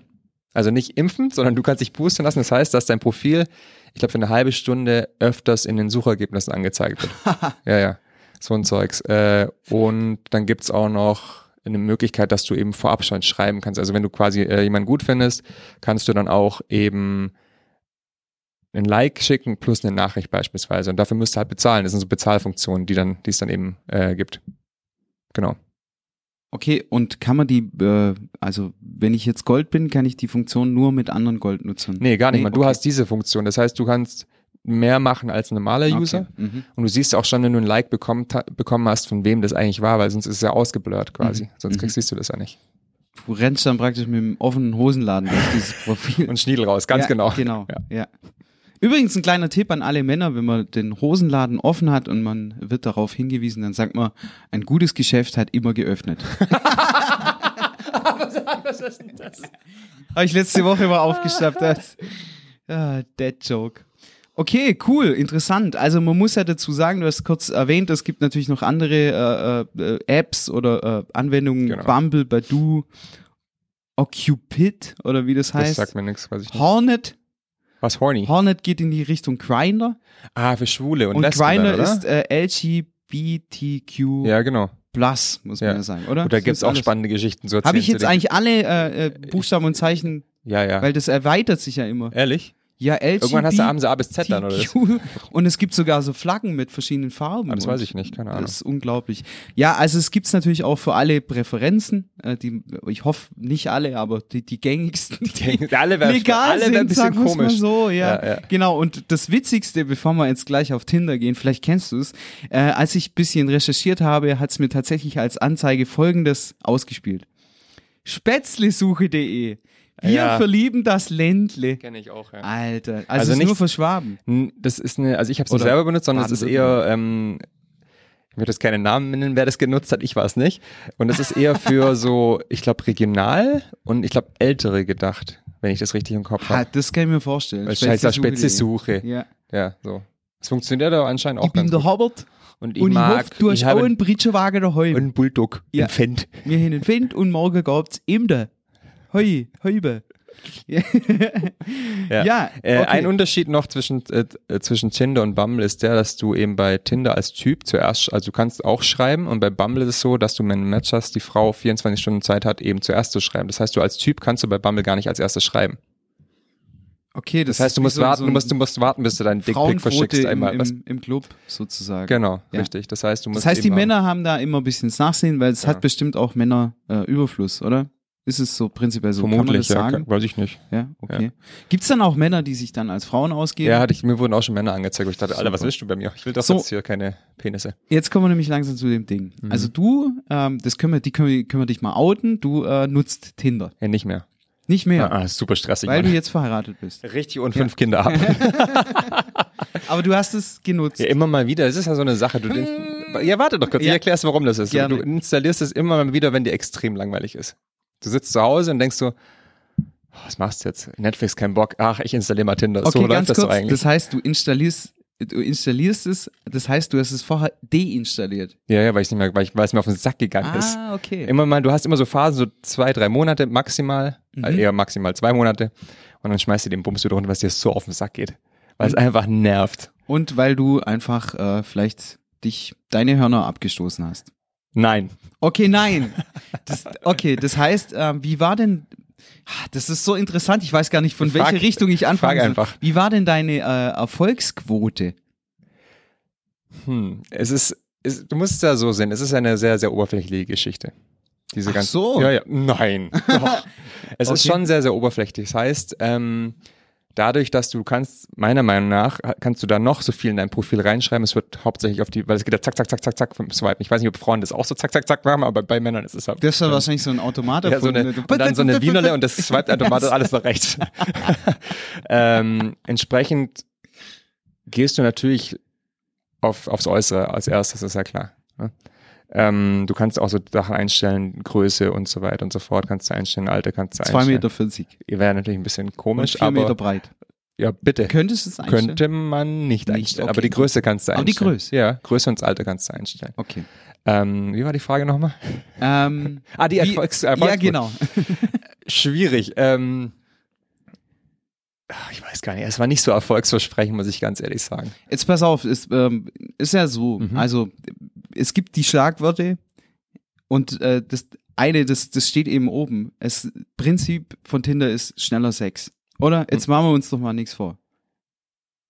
Speaker 2: also nicht impfen, sondern du kannst dich boostern lassen. Das heißt, dass dein Profil, ich glaube, für eine halbe Stunde öfters in den Suchergebnissen angezeigt wird. Ja, ja. So ein Zeugs. Äh, und dann gibt's auch noch eine Möglichkeit, dass du eben vorab schon schreiben kannst. Also wenn du quasi äh, jemanden gut findest, kannst du dann auch eben ein Like schicken plus eine Nachricht beispielsweise. Und dafür müsst ihr halt bezahlen. Das sind so Bezahlfunktionen, die dann, die es dann eben äh, gibt. Genau.
Speaker 1: Okay, und kann man die, äh, also wenn ich jetzt Gold bin, kann ich die Funktion nur mit anderen Goldnutzern?
Speaker 2: Nee, gar nicht mal. Du
Speaker 1: okay.
Speaker 2: hast diese Funktion. Das heißt, du kannst mehr machen als ein normaler User.
Speaker 1: Okay. Mhm.
Speaker 2: Und du siehst auch schon, wenn du ein Like bekommen, ta- bekommen hast, von wem das eigentlich war, weil sonst ist es ja ausgeblurrt quasi.
Speaker 1: Mhm.
Speaker 2: Sonst
Speaker 1: Mhm.
Speaker 2: kriegst, siehst du das ja nicht.
Speaker 1: Du rennst dann praktisch mit dem offenen Hosenladen durch dieses Profil.
Speaker 2: Und Schniedel raus, ganz
Speaker 1: ja,
Speaker 2: genau.
Speaker 1: Genau,
Speaker 2: Ja.
Speaker 1: ja. Übrigens ein kleiner Tipp an alle Männer, wenn man den Hosenladen offen hat und man wird darauf hingewiesen, dann sagt man, ein gutes Geschäft hat immer geöffnet.
Speaker 2: Was ist denn das?
Speaker 1: Habe ich letzte Woche mal aufgeschnappt. Das. Ah, Dead Joke. Okay, cool, interessant. Also man muss ja dazu sagen, du hast kurz erwähnt, es gibt natürlich noch andere äh, äh, Apps oder äh, Anwendungen,
Speaker 2: Genau.
Speaker 1: Bumble, Badoo, Occupit oder wie das
Speaker 2: Das
Speaker 1: heißt.
Speaker 2: sagt mir nichts, weiß ich nicht.
Speaker 1: Hornet.
Speaker 2: Was horny?
Speaker 1: Hornet geht in die Richtung Grinder
Speaker 2: ah, für Schwule und,
Speaker 1: und
Speaker 2: Lesben,
Speaker 1: Grinder
Speaker 2: oder?
Speaker 1: ist äh, LGBTQ
Speaker 2: ja, genau.
Speaker 1: plus, muss
Speaker 2: Ja.
Speaker 1: man ja sagen, oder?
Speaker 2: Und da
Speaker 1: Das
Speaker 2: gibt's
Speaker 1: ist
Speaker 2: auch
Speaker 1: alles-
Speaker 2: spannende Geschichten zu erzählen.
Speaker 1: Habe ich
Speaker 2: zu
Speaker 1: jetzt
Speaker 2: den-
Speaker 1: eigentlich alle äh, äh, Buchstaben und Zeichen,
Speaker 2: Ja, ja.
Speaker 1: weil das erweitert sich ja immer.
Speaker 2: Ehrlich?
Speaker 1: Ja, LGBT.
Speaker 2: Irgendwann hast du abends A bis Z dann, oder? was?
Speaker 1: TQ. Und es gibt sogar so Flaggen mit verschiedenen Farben.
Speaker 2: Ah, das
Speaker 1: und
Speaker 2: weiß ich nicht, keine Ahnung.
Speaker 1: Das ist unglaublich. Ja, also es gibt's natürlich auch für alle Präferenzen. Äh, die, ich hoffe nicht alle, aber die, die gängigsten, die,
Speaker 2: alle wär-
Speaker 1: legal
Speaker 2: alle
Speaker 1: sind,
Speaker 2: wär ein bisschen
Speaker 1: sagen wir's mal
Speaker 2: komisch.
Speaker 1: so. Ja.
Speaker 2: Ja, ja.
Speaker 1: genau. Und das Witzigste, bevor wir jetzt gleich auf Tinder gehen, vielleicht kennst du es, äh, als ich ein bisschen recherchiert habe, hat's mir tatsächlich als Anzeige Folgendes ausgespielt. Spätzlesuche.de Wir
Speaker 2: Ja.
Speaker 1: verlieben das Ländle.
Speaker 2: Kenn ich auch, ja.
Speaker 1: Alter, also,
Speaker 2: Also
Speaker 1: es ist
Speaker 2: nicht-
Speaker 1: nur für Schwaben.
Speaker 2: N- Das ist eine, also ich habe es nicht
Speaker 1: Oder
Speaker 2: selber benutzt, sondern es ist eher,
Speaker 1: Baden-Württemberg.
Speaker 2: ähm, ich möchte jetzt keinen Namen nennen, wer das genutzt hat, ich war es nicht. Und es ist eher für so, ich glaube, regional und ich glaube ältere gedacht, wenn ich das richtig im Kopf
Speaker 1: Ah,
Speaker 2: habe.
Speaker 1: das kann ich mir vorstellen.
Speaker 2: Weil es heißt ja Spitze-Suche.
Speaker 1: Ja.
Speaker 2: Ja, so. Es funktioniert aber anscheinend auch
Speaker 1: Ich bin
Speaker 2: ganz
Speaker 1: der Hobbit
Speaker 2: gut. Und ich
Speaker 1: und ich
Speaker 2: mag,
Speaker 1: hoffe, du hast
Speaker 2: ich
Speaker 1: auch
Speaker 2: habe
Speaker 1: einen Britschewagen daheim.
Speaker 2: einen Bulldog,
Speaker 1: Ja.
Speaker 2: einen Fendt.
Speaker 1: Wir haben einen Wind und morgen gab's Imde. Heu, Heube. ja,
Speaker 2: Äh,
Speaker 1: okay.
Speaker 2: Ein Unterschied noch zwischen, äh, äh, zwischen Tinder und Bumble ist der, dass du eben bei Tinder als Typ zuerst, also du kannst auch schreiben und bei Bumble ist es so, dass du, wenn du ein Match hast, die Frau 24 Stunden Zeit hat, eben zuerst zu schreiben. Das heißt, du als Typ kannst du bei Bumble gar nicht als erstes schreiben.
Speaker 1: okay,
Speaker 2: Das, heißt, du musst warten, du musst, du musst warten, bis du deinen Dickpick verschickst
Speaker 1: im,
Speaker 2: einmal. Was-
Speaker 1: im, im Club sozusagen.
Speaker 2: Genau,
Speaker 1: Ja.
Speaker 2: richtig. Das heißt, du musst
Speaker 1: Das heißt, die
Speaker 2: eben
Speaker 1: Männer haben da immer ein bisschen das Nachsehen, weil es
Speaker 2: Ja.
Speaker 1: hat bestimmt auch Männer äh, Überfluss, oder? Ist es so prinzipiell so?
Speaker 2: vermutlich,
Speaker 1: kann man das
Speaker 2: ja,
Speaker 1: sagen?
Speaker 2: weiß ich nicht.
Speaker 1: Ja, okay. Gibt's dann auch Männer, die sich dann als Frauen ausgeben?
Speaker 2: Ja, hatte ich, mir wurden auch schon Männer angezeigt, wo ich dachte, Alter, was
Speaker 1: Super.
Speaker 2: willst du bei mir? Ich will doch
Speaker 1: So.
Speaker 2: jetzt hier keine Penisse.
Speaker 1: Jetzt kommen wir nämlich langsam zu dem Ding.
Speaker 2: Mhm.
Speaker 1: Also du, ähm, das können wir, die können wir, können wir dich mal outen, du äh, nutzt Tinder.
Speaker 2: Ja, nicht mehr.
Speaker 1: Nicht mehr,
Speaker 2: Ah, ah, super stressig.
Speaker 1: weil du
Speaker 2: Mann.
Speaker 1: jetzt verheiratet bist.
Speaker 2: Richtig und fünf Kinder ab.
Speaker 1: Aber du hast es genutzt.
Speaker 2: Ja, immer mal wieder. Das ist ja so eine Sache. Du den- ja, warte doch kurz.
Speaker 1: Hm. Ja.
Speaker 2: Ich erklär's, warum das ist.
Speaker 1: Gerne.
Speaker 2: Du installierst es immer mal wieder, wenn dir extrem langweilig ist. Du sitzt zu Hause und denkst so, "Oh, was machst du jetzt? Netflix, kein Bock. Ach, ich installiere mal Tinder. so läuft das so eigentlich.
Speaker 1: das heißt, du installierst, du installierst es, das heißt, du hast es vorher deinstalliert.
Speaker 2: ja, ja, weil ich nicht mehr, weil ich, weil es mir auf den Sack gegangen
Speaker 1: Ah.
Speaker 2: ist.
Speaker 1: okay.
Speaker 2: Genau. Immer mal, du hast immer so Phasen, so zwei, drei Monate maximal,
Speaker 1: Mhm.
Speaker 2: äh, eher maximal zwei Monate. Und dann schmeißt du den Bums wieder runter, was dir so auf den Sack geht. Weil
Speaker 1: Mhm.
Speaker 2: es einfach nervt.
Speaker 1: Und weil du einfach äh, vielleicht dich deine Hörner abgestoßen hast.
Speaker 2: Nein.
Speaker 1: Okay, nein. Das, okay, das heißt, ähm, wie war denn Ah, das ist so interessant, ich weiß gar nicht, von
Speaker 2: Frag-
Speaker 1: welcher Richtung ich anfangen
Speaker 2: frag
Speaker 1: soll.
Speaker 2: einfach.
Speaker 1: Wie war denn deine äh, Erfolgsquote?
Speaker 2: Hm, es ist, es, du musst es ja so sehen, es ist eine sehr, sehr oberflächliche Geschichte. Diese
Speaker 1: Ach
Speaker 2: ganze,
Speaker 1: so.
Speaker 2: Ja, ja. Nein. Doch. es ist
Speaker 1: Okay.
Speaker 2: schon sehr, sehr oberflächlich. Das heißt, ähm, dadurch, dass du kannst, meiner Meinung nach, kannst du da noch so viel in dein Profil reinschreiben, es wird hauptsächlich auf die, weil es geht ja zack, zack, zack, zack, zack vom Swipen. Ich weiß nicht, ob Frauen das auch so zack, zack, zack machen, aber bei Männern ist es halt.
Speaker 1: Das ist ja wahrscheinlich so ein Automat
Speaker 2: Ja, so eine,
Speaker 1: erfunden.
Speaker 2: und dann so eine Wienerle und das swiped automatisch alles nach rechts. ähm, entsprechend gehst du natürlich auf, aufs Äußere als erstes, ist ja klar. ne? Ähm, du kannst auch so Sachen einstellen, Größe und so weiter und so fort, kannst du einstellen, Alter kannst du
Speaker 1: 2,40
Speaker 2: einstellen.
Speaker 1: Meter vierzig
Speaker 2: Wäre natürlich ein bisschen
Speaker 1: und
Speaker 2: komisch,
Speaker 1: 4
Speaker 2: aber
Speaker 1: Meter breit.
Speaker 2: ja, bitte.
Speaker 1: Könntest du es einstellen?
Speaker 2: Könnte man nicht,
Speaker 1: Nicht,
Speaker 2: einstellen,
Speaker 1: okay,
Speaker 2: aber die
Speaker 1: gut.
Speaker 2: Größe kannst du
Speaker 1: Aber
Speaker 2: einstellen.
Speaker 1: die Größe.
Speaker 2: Ja, Größe und das Alter kannst du einstellen.
Speaker 1: Okay.
Speaker 2: Ähm, wie war die Frage nochmal?
Speaker 1: Ähm,
Speaker 2: Ah, die
Speaker 1: wie-
Speaker 2: Erfolgs-
Speaker 1: Ja,
Speaker 2: Erfolgsquote.
Speaker 1: genau.
Speaker 2: schwierig. Ähm, ach, ich weiß gar nicht. Es war nicht so erfolgsversprechend, muss ich ganz ehrlich sagen.
Speaker 1: Jetzt pass auf, es ähm, ist ja so.
Speaker 2: Mhm.
Speaker 1: Also es gibt die Schlagworte und äh, das eine, das, das steht eben oben. Das Prinzip von Tinder ist schneller Sex. Oder? Jetzt
Speaker 2: Mhm.
Speaker 1: machen wir uns doch mal nichts vor.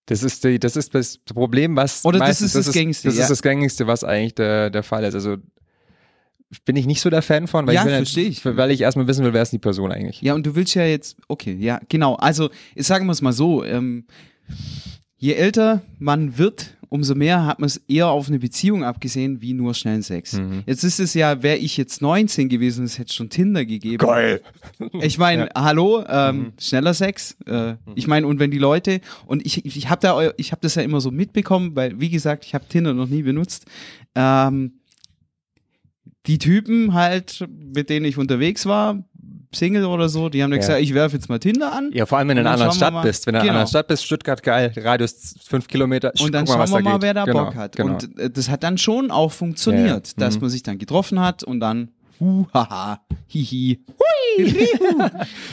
Speaker 2: Das ist, die, das ist das Problem, was
Speaker 1: Oder das ist das Gängigste,
Speaker 2: Das
Speaker 1: ja.
Speaker 2: ist das Gängigste, was eigentlich der, der Fall ist. Also bin ich nicht so der Fan von, weil
Speaker 1: Ja,
Speaker 2: ich, will,
Speaker 1: versteh ich.
Speaker 2: weil ich erstmal wissen will, wer ist die Person eigentlich.
Speaker 1: Ja, und du willst ja jetzt, okay, ja, genau. Also, ich sage mal es mal so, ähm, je älter man wird, umso mehr hat man es eher auf eine Beziehung abgesehen, wie nur schnellen Sex.
Speaker 2: Mhm.
Speaker 1: Jetzt ist es ja, wäre ich jetzt 19 gewesen, es hätte schon Tinder gegeben.
Speaker 2: Geil.
Speaker 1: Ich meine, hallo, ähm, schneller Sex. Äh, ich meine, und wenn die Leute und ich, ich habe da, eu- ich habe das ja immer so mitbekommen, weil wie gesagt, ich habe Tinder noch nie benutzt. Ähm, die Typen halt, mit denen ich unterwegs war, Single oder so, die haben dann
Speaker 2: Ja.
Speaker 1: gesagt, ich werfe jetzt mal Tinder an.
Speaker 2: Ja, vor allem, wenn du in
Speaker 1: Und
Speaker 2: einer
Speaker 1: dann
Speaker 2: anderen
Speaker 1: schauen wir
Speaker 2: Stadt
Speaker 1: mal.
Speaker 2: bist. Wenn du in einer
Speaker 1: Genau.
Speaker 2: anderen Stadt bist, Stuttgart, geil, Radius fünf Kilometer.
Speaker 1: Und dann
Speaker 2: guck
Speaker 1: schauen
Speaker 2: was
Speaker 1: wir mal,
Speaker 2: geht.
Speaker 1: wer da
Speaker 2: genau,
Speaker 1: Bock hat.
Speaker 2: Genau.
Speaker 1: Und äh, das hat dann schon auch funktioniert,
Speaker 2: Ja, ja.
Speaker 1: dass
Speaker 2: Mhm.
Speaker 1: man sich dann getroffen hat und dann, hu, haha, hihi, hui, hu.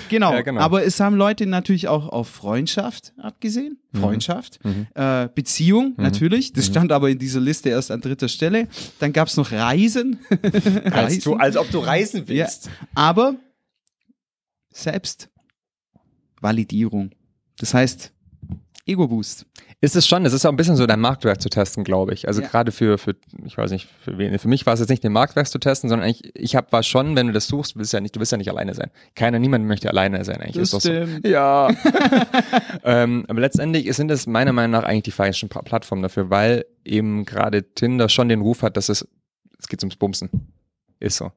Speaker 1: genau.
Speaker 2: Ja, genau.
Speaker 1: Aber es haben Leute natürlich auch auf Freundschaft abgesehen.
Speaker 2: Mhm.
Speaker 1: Freundschaft, äh, Beziehung natürlich. Das stand aber in dieser Liste erst an dritter Stelle. Dann gab es noch Reisen.
Speaker 2: Genau. als, du, als ob du reisen
Speaker 1: Ja.
Speaker 2: willst.
Speaker 1: Aber Selbstvalidierung. Das heißt, Ego-Boost.
Speaker 2: Ist es schon, es ist auch ein bisschen so dein Marktwert zu testen, glaube ich. Also
Speaker 1: Ja.
Speaker 2: gerade für, für, ich weiß nicht, für wen. Für mich war es jetzt nicht den Marktwert zu testen, sondern eigentlich, ich hab, war schon, wenn du das suchst, du bist ja nicht, du willst ja nicht alleine sein. Keiner, niemand möchte alleine sein, eigentlich.
Speaker 1: Das äh,
Speaker 2: ist doch
Speaker 1: stimmt.
Speaker 2: so. Ja. ähm, aber letztendlich sind das meiner Meinung nach eigentlich die falschen Pla- Plattformen dafür, weil eben gerade Tinder schon den Ruf hat, dass es, es geht ums Bumsen. Ist so.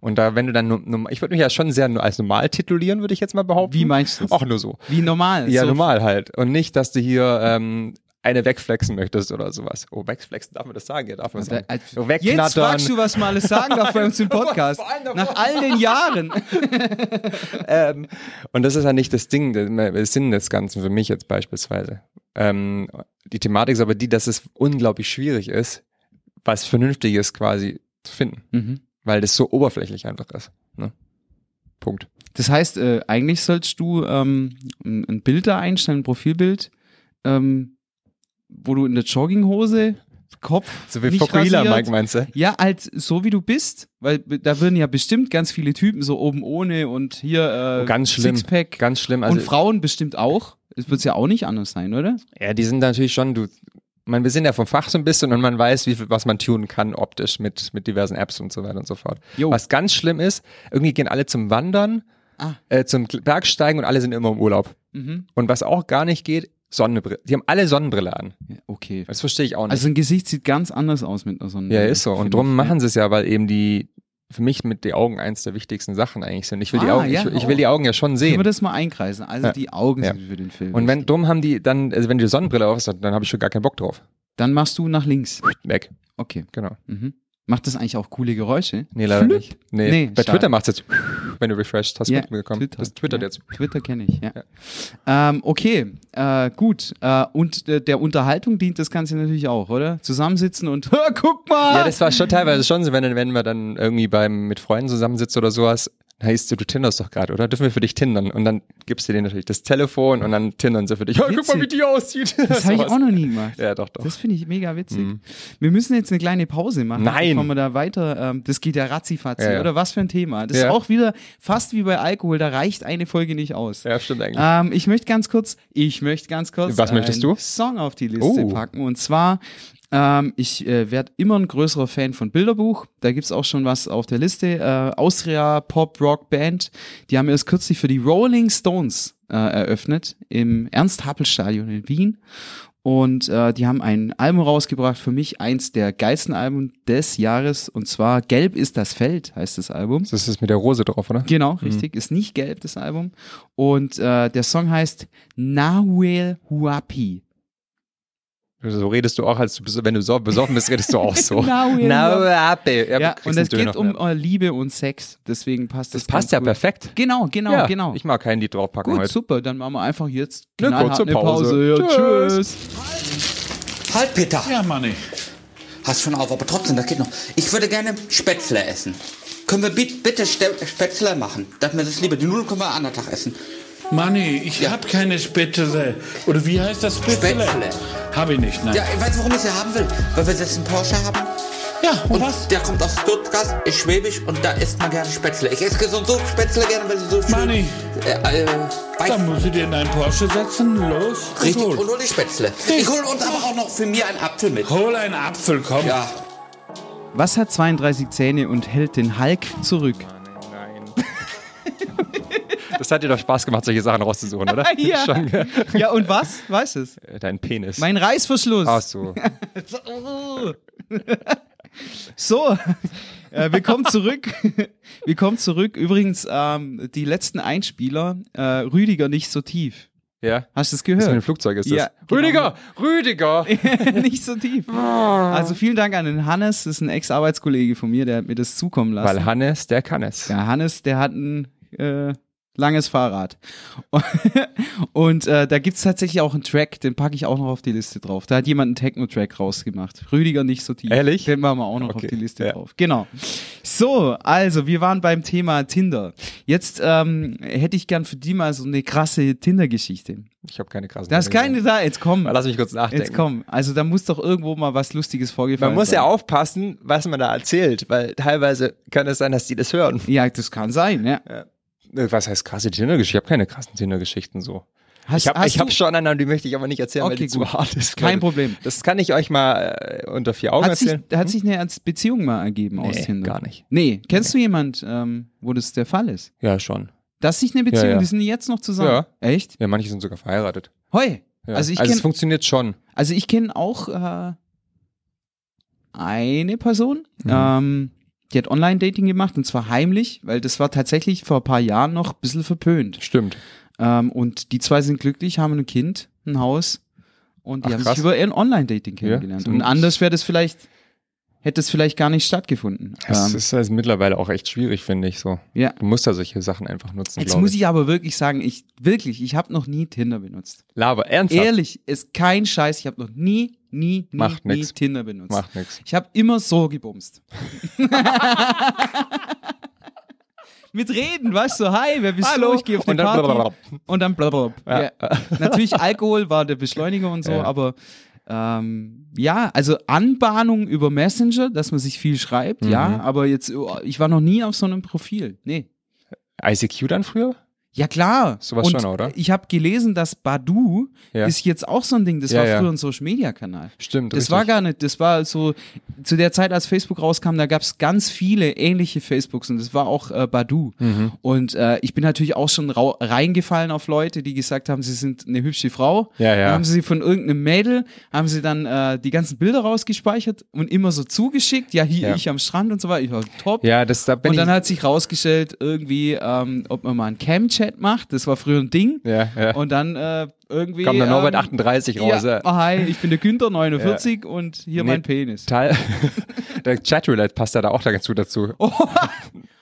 Speaker 2: Und da, wenn du dann, nur- nur- ich würde mich ja schon sehr nur als normal titulieren, würde ich jetzt mal behaupten.
Speaker 1: Wie meinst du das?
Speaker 2: Auch nur so.
Speaker 1: Wie normal.
Speaker 2: Ja,
Speaker 1: so
Speaker 2: normal halt. Und nicht, dass du hier ähm, eine wegflexen möchtest oder sowas. Oh, wegflexen, darf man das sagen? Ja, darf man das
Speaker 1: Da-
Speaker 2: sagen.
Speaker 1: als-
Speaker 2: So
Speaker 1: äh, Jetzt
Speaker 2: wegknattern.
Speaker 1: fragst du, was man alles sagen darf bei uns im Podcast.
Speaker 2: Vor allem davor.
Speaker 1: Nach all den Jahren.
Speaker 2: ähm, und das ist ja nicht das Ding, der, der Sinn des Ganzen für mich jetzt beispielsweise. Ähm, die Thematik ist aber die, dass es unglaublich schwierig ist, was Vernünftiges quasi zu finden,
Speaker 1: Mhm.
Speaker 2: weil das so oberflächlich einfach ist. Ne? Punkt.
Speaker 1: Das heißt, äh, eigentlich sollst du ähm, ein, ein Bild da einstellen, ein Profilbild, ähm, wo du in der Jogginghose, Kopf,
Speaker 2: So wie
Speaker 1: nicht
Speaker 2: Fokuhila,
Speaker 1: rasiert.
Speaker 2: Mike, meinst du?
Speaker 1: Ja, als so wie du bist, weil b- da würden ja bestimmt ganz viele Typen so oben ohne und hier äh,
Speaker 2: Oh, ganz schlimm.
Speaker 1: Sixpack
Speaker 2: Ganz schlimm. Also,
Speaker 1: und Frauen bestimmt auch. Es wird ja auch nicht anders sein, oder?
Speaker 2: Ja, die sind natürlich schon, du, man, wir sind ja vom Fach so ein bisschen und man weiß, wie viel, was man tunen kann optisch mit, mit diversen Apps und so weiter und so fort.
Speaker 1: Jo.
Speaker 2: Was ganz schlimm ist, irgendwie gehen alle zum Wandern,
Speaker 1: Ah.
Speaker 2: äh, zum Kl- Bergsteigen und alle sind immer im Urlaub.
Speaker 1: Mhm.
Speaker 2: Und was auch gar nicht geht, Sonnenbrille. Die haben alle Sonnenbrille an.
Speaker 1: Ja, okay.
Speaker 2: Das verstehe ich auch nicht.
Speaker 1: Also ein Gesicht sieht ganz anders aus mit einer Sonne.
Speaker 2: ja, ist so. Und
Speaker 1: Finde ich,
Speaker 2: drum
Speaker 1: ja.
Speaker 2: machen sie es ja, weil eben die, für mich mit die Augen eins der wichtigsten Sachen eigentlich sind. Ich will, die,
Speaker 1: Ah,
Speaker 2: Augen,
Speaker 1: ja,
Speaker 2: ich, ich will die Augen ja schon
Speaker 1: Können
Speaker 2: sehen.
Speaker 1: wir das mal einkreisen? Also
Speaker 2: Ja.
Speaker 1: die Augen
Speaker 2: Ja.
Speaker 1: sind für den Film.
Speaker 2: Und wenn dumm haben die dann, also wenn die Sonnenbrille auf ist, dann habe ich schon gar keinen Bock drauf.
Speaker 1: Dann machst du nach links.
Speaker 2: Weg.
Speaker 1: Okay.
Speaker 2: Genau.
Speaker 1: Mhm. Macht das eigentlich auch coole Geräusche?
Speaker 2: Nee, leider
Speaker 1: Flip.
Speaker 2: nicht. Nee,
Speaker 1: Nee,
Speaker 2: bei
Speaker 1: schade.
Speaker 2: Twitter macht's jetzt, wenn du refreshst, hast du
Speaker 1: Ja,
Speaker 2: mitbekommen.
Speaker 1: Twitter.
Speaker 2: Das twittert
Speaker 1: ja.
Speaker 2: jetzt.
Speaker 1: Twitter kenne ich, ja. Ähm, okay, äh, gut. Äh, und äh, der Unterhaltung dient das Ganze natürlich auch, oder? Zusammensitzen und, "Hör, guck mal!
Speaker 2: Ja, das war schon teilweise schon so, wenn, wenn man dann irgendwie beim, mit Freunden zusammensitzt oder sowas, dann heißt du, du tinderst doch gerade, oder? Dürfen wir für dich tindern? Und dann gibst du denen natürlich das Telefon und dann tindern sie für dich. Oh, guck mal, wie
Speaker 1: Witzig.
Speaker 2: die aussieht.
Speaker 1: das habe ich auch noch nie gemacht.
Speaker 2: Ja, doch, doch.
Speaker 1: Das finde ich mega witzig. Wir müssen jetzt eine kleine Pause machen,
Speaker 2: Nein.
Speaker 1: bevor wir da weiter. Ähm, das geht ja ratzifatzi,
Speaker 2: Ja, ja.
Speaker 1: oder was für ein Thema. Das
Speaker 2: Ja.
Speaker 1: ist auch wieder fast wie bei Alkohol, da reicht eine Folge nicht aus.
Speaker 2: Ja, stimmt eigentlich.
Speaker 1: Ähm, ich möchte ganz kurz, ich möchte ganz kurz
Speaker 2: Was möchtest du?
Speaker 1: Song auf die Liste
Speaker 2: Oh.
Speaker 1: packen. Und zwar, ähm, ich äh, werde immer ein größerer Fan von Bilderbuch. Da gibt's auch schon was auf der Liste. Äh, Austria Pop Rock Band. Die haben erst kürzlich für die Rolling Stones äh, eröffnet im Ernst-Happel-Stadion in Wien. Und äh, die haben ein Album rausgebracht, für mich eins der geilsten Alben des Jahres. Und zwar Gelb ist das Feld heißt das Album.
Speaker 2: Das ist mit der Rose drauf, oder?
Speaker 1: Genau, richtig. Ist nicht gelb, das Album. Und äh, der Song heißt Nahuel Huapi.
Speaker 2: So redest du auch, als du, bes- wenn du so besoffen bist, redest du auch so.
Speaker 1: Now we-
Speaker 2: happy. Ja,
Speaker 1: Genau, Ja,
Speaker 2: du kriegst
Speaker 1: und
Speaker 2: einen
Speaker 1: es geht
Speaker 2: Döner.
Speaker 1: um äh, Liebe und Sex. Deswegen passt das.
Speaker 2: Das passt
Speaker 1: ganz
Speaker 2: ja
Speaker 1: gut.
Speaker 2: perfekt.
Speaker 1: Genau, genau,
Speaker 2: ja,
Speaker 1: genau.
Speaker 2: Ich mag kein Lied draufpacken
Speaker 1: Gut,
Speaker 2: heute.
Speaker 1: super. Dann machen wir einfach jetzt
Speaker 2: Glückwunsch
Speaker 1: knallhart
Speaker 2: zur
Speaker 1: eine
Speaker 2: Pause.
Speaker 1: Ja,
Speaker 2: Tschüss.
Speaker 1: tschüss.
Speaker 3: Halt, Peter!
Speaker 4: Ja, Manni.
Speaker 3: Hast schon auf, aber trotzdem, das geht noch. Ich würde gerne Spätzle essen. Können wir bi- bitte Ste- Spätzle machen? Dass mir das lieber. Die Nudeln können wir an anderen Tag essen.
Speaker 4: Manni, ich
Speaker 3: Ja.
Speaker 4: hab keine Spätzle. Oder wie heißt das Spätzle?
Speaker 3: Spätzle.
Speaker 4: Hab ich nicht, nein.
Speaker 3: Ja, ich weiß, warum ich sie haben will. Weil wir jetzt einen Porsche haben.
Speaker 4: Ja, und
Speaker 3: Und
Speaker 4: was?
Speaker 3: der kommt aus Stuttgart, ist schwäbisch und da isst man gerne Spätzle. Ich esse gesund so Spätzle gerne, wenn sie so schön...
Speaker 4: Manni.
Speaker 3: Äh, äh, weiß-
Speaker 4: Dann muss ich dir in einen Porsche setzen. Los, und
Speaker 3: Richtig, und
Speaker 4: hol.
Speaker 3: hol die Spätzle.
Speaker 4: Ich-
Speaker 3: Ich hol uns aber auch noch für mir einen Apfel mit.
Speaker 4: Hol einen Apfel, komm.
Speaker 3: Ja.
Speaker 1: Was hat 32 Zähne und hält den Hulk zurück?
Speaker 2: Das hat dir doch Spaß gemacht, solche Sachen rauszusuchen, oder?
Speaker 1: Ja.
Speaker 2: Schon, gell?
Speaker 1: Ja, und was? Weiß es.
Speaker 2: Dein Penis.
Speaker 1: Mein Reißverschluss.
Speaker 2: Ach so.
Speaker 1: So, äh, willkommen zurück. willkommen zurück. Übrigens, ähm, die letzten Einspieler, äh, Rüdiger nicht so tief.
Speaker 2: Ja.
Speaker 1: Hast du es
Speaker 2: Das mit dem
Speaker 1: gehört?
Speaker 2: Flugzeug ist
Speaker 1: Ja,
Speaker 2: das. Rüdiger! Rüdiger!
Speaker 1: nicht so tief. Also vielen Dank an den Hannes, das ist ein Ex-Arbeitskollege von mir, der hat mir das zukommen lassen.
Speaker 2: Weil Hannes, der kann es.
Speaker 1: Ja, Hannes, der hat ein äh, langes Fahrrad. Und äh, da gibt's tatsächlich auch einen Track, den packe ich auch noch auf die Liste drauf. Da hat jemand einen Techno-Track rausgemacht. Rüdiger nicht so tief.
Speaker 2: Ehrlich?
Speaker 1: Den machen wir auch noch
Speaker 2: Okay,
Speaker 1: auf die Liste
Speaker 2: ja.
Speaker 1: drauf. Genau. So, also wir waren beim Thema Tinder. Jetzt ähm, hätte ich gern für die mal so eine krasse Tinder-Geschichte.
Speaker 2: Ich habe keine krassen.
Speaker 1: Da ist keine da, jetzt komm.
Speaker 2: Mal Lass mich kurz nachdenken.
Speaker 1: Jetzt komm. Also da muss doch irgendwo mal was Lustiges vorgefallen
Speaker 2: Man muss
Speaker 1: sein.
Speaker 2: ja aufpassen, was man da erzählt, weil teilweise kann es sein, dass die das hören.
Speaker 1: Ja, das kann sein, ja.
Speaker 2: Äh, Was heißt krasse Tinder-Geschichten? Ich habe keine krassen Tinder-Geschichten so.
Speaker 1: Hast-
Speaker 2: ich habe
Speaker 1: hast
Speaker 2: ich hab
Speaker 1: du-
Speaker 2: schon eine, die möchte ich aber nicht erzählen, weil
Speaker 1: Okay,
Speaker 2: die zu
Speaker 1: gut.
Speaker 2: hart ist.
Speaker 1: Kein Problem.
Speaker 2: Das kann ich euch mal äh, unter vier Augen
Speaker 1: Hat sich,
Speaker 2: erzählen.
Speaker 1: hat sich eine Ernst- Beziehung mal ergeben aus
Speaker 2: Nee,
Speaker 1: Tinder?
Speaker 2: gar nicht.
Speaker 1: Nee, kennst du jemand, ähm, wo das der Fall ist?
Speaker 2: ja, schon.
Speaker 1: Dass sich eine Beziehung,
Speaker 2: Ja, ja.
Speaker 1: die sind jetzt noch zusammen.
Speaker 2: Ja.
Speaker 1: Echt?
Speaker 2: Ja, manche sind sogar verheiratet.
Speaker 1: Hoi.
Speaker 2: Ja.
Speaker 1: Also ich
Speaker 2: also es
Speaker 1: kenne
Speaker 2: funktioniert schon.
Speaker 1: also ich kenn auch äh, eine Person,
Speaker 2: Mhm.
Speaker 1: ähm, die hat Online-Dating gemacht und zwar heimlich, weil das war tatsächlich vor ein paar Jahren noch ein bisschen verpönt.
Speaker 2: Stimmt.
Speaker 1: Ähm, und die zwei sind glücklich, haben ein Kind, ein Haus Und die
Speaker 2: Ach,
Speaker 1: haben
Speaker 2: krass. Mhm.
Speaker 1: sich über ein Online-Dating kennengelernt.
Speaker 2: so
Speaker 1: Und
Speaker 2: ein-
Speaker 1: anders wäre das vielleicht, hätte es vielleicht gar nicht stattgefunden.
Speaker 2: Das
Speaker 1: Ähm,
Speaker 2: ist also mittlerweile auch echt schwierig, finde ich so.
Speaker 1: Ja.
Speaker 2: Du musst da solche Sachen einfach nutzen.
Speaker 1: Jetzt
Speaker 2: glaub
Speaker 1: muss
Speaker 2: ich.
Speaker 1: ich aber wirklich sagen, ich wirklich, ich habe noch nie Tinder benutzt.
Speaker 2: Laber, ernsthaft.
Speaker 1: Ehrlich, ist kein Scheiß. Ich habe noch nie, nie, nie,
Speaker 2: Macht
Speaker 1: nie
Speaker 2: nix.
Speaker 1: Tinder benutzt.
Speaker 2: Macht nix.
Speaker 1: Ich habe immer so gebumst. Mit Reden, weißt du, hi, wer bist
Speaker 2: Hallo.
Speaker 1: du? Ich gehe auf eine
Speaker 2: Und dann
Speaker 1: Party.
Speaker 2: blablabla.
Speaker 1: Und dann blablabla. Ja. Natürlich Alkohol war der Beschleuniger und so,
Speaker 2: Ja.
Speaker 1: aber ähm, ja, also Anbahnung über Messenger, dass man sich viel schreibt,
Speaker 2: Mhm.
Speaker 1: ja, aber jetzt, oh, ich war noch nie auf so einem Profil. Nee.
Speaker 2: ICQ dann früher?
Speaker 1: Ja, klar.
Speaker 2: Sowas
Speaker 1: und
Speaker 2: schon, oder?
Speaker 1: Ich habe gelesen, dass Badu
Speaker 2: Ja.
Speaker 1: ist jetzt auch so ein Ding. Das
Speaker 2: Ja,
Speaker 1: war
Speaker 2: ja.
Speaker 1: früher ein Social Media Kanal.
Speaker 2: Stimmt,
Speaker 1: Das
Speaker 2: richtig.
Speaker 1: war gar nicht. Das war so, zu der Zeit, als Facebook rauskam, da gab es ganz viele ähnliche Facebooks und das war auch äh, Badu.
Speaker 2: Mhm.
Speaker 1: Und äh, ich bin natürlich auch schon rau- reingefallen auf Leute, die gesagt haben, sie sind eine hübsche Frau.
Speaker 2: Ja, ja.
Speaker 1: Dann haben sie von irgendeinem Mädel, haben sie dann äh, die ganzen Bilder rausgespeichert und immer so zugeschickt. Ja, hier
Speaker 2: Ja.
Speaker 1: ich am Strand und so weiter. Ich war top.
Speaker 2: Ja, das, da bin
Speaker 1: Und dann
Speaker 2: ich.
Speaker 1: hat sich rausgestellt, irgendwie, ähm, ob man mal einen Cam-Chat macht. Das war früher ein Ding.
Speaker 2: ja, ja.
Speaker 1: Und dann äh, irgendwie.
Speaker 2: Kam dann Norbert oh,
Speaker 1: ähm,
Speaker 2: 38 raus.
Speaker 1: ja,
Speaker 2: Ja.
Speaker 1: ah, hi, ich bin der Günther 49 und hier
Speaker 2: Nee.
Speaker 1: mein Penis.
Speaker 2: Teil, der Chatroulette passt ja da auch dazu. dazu. Apropos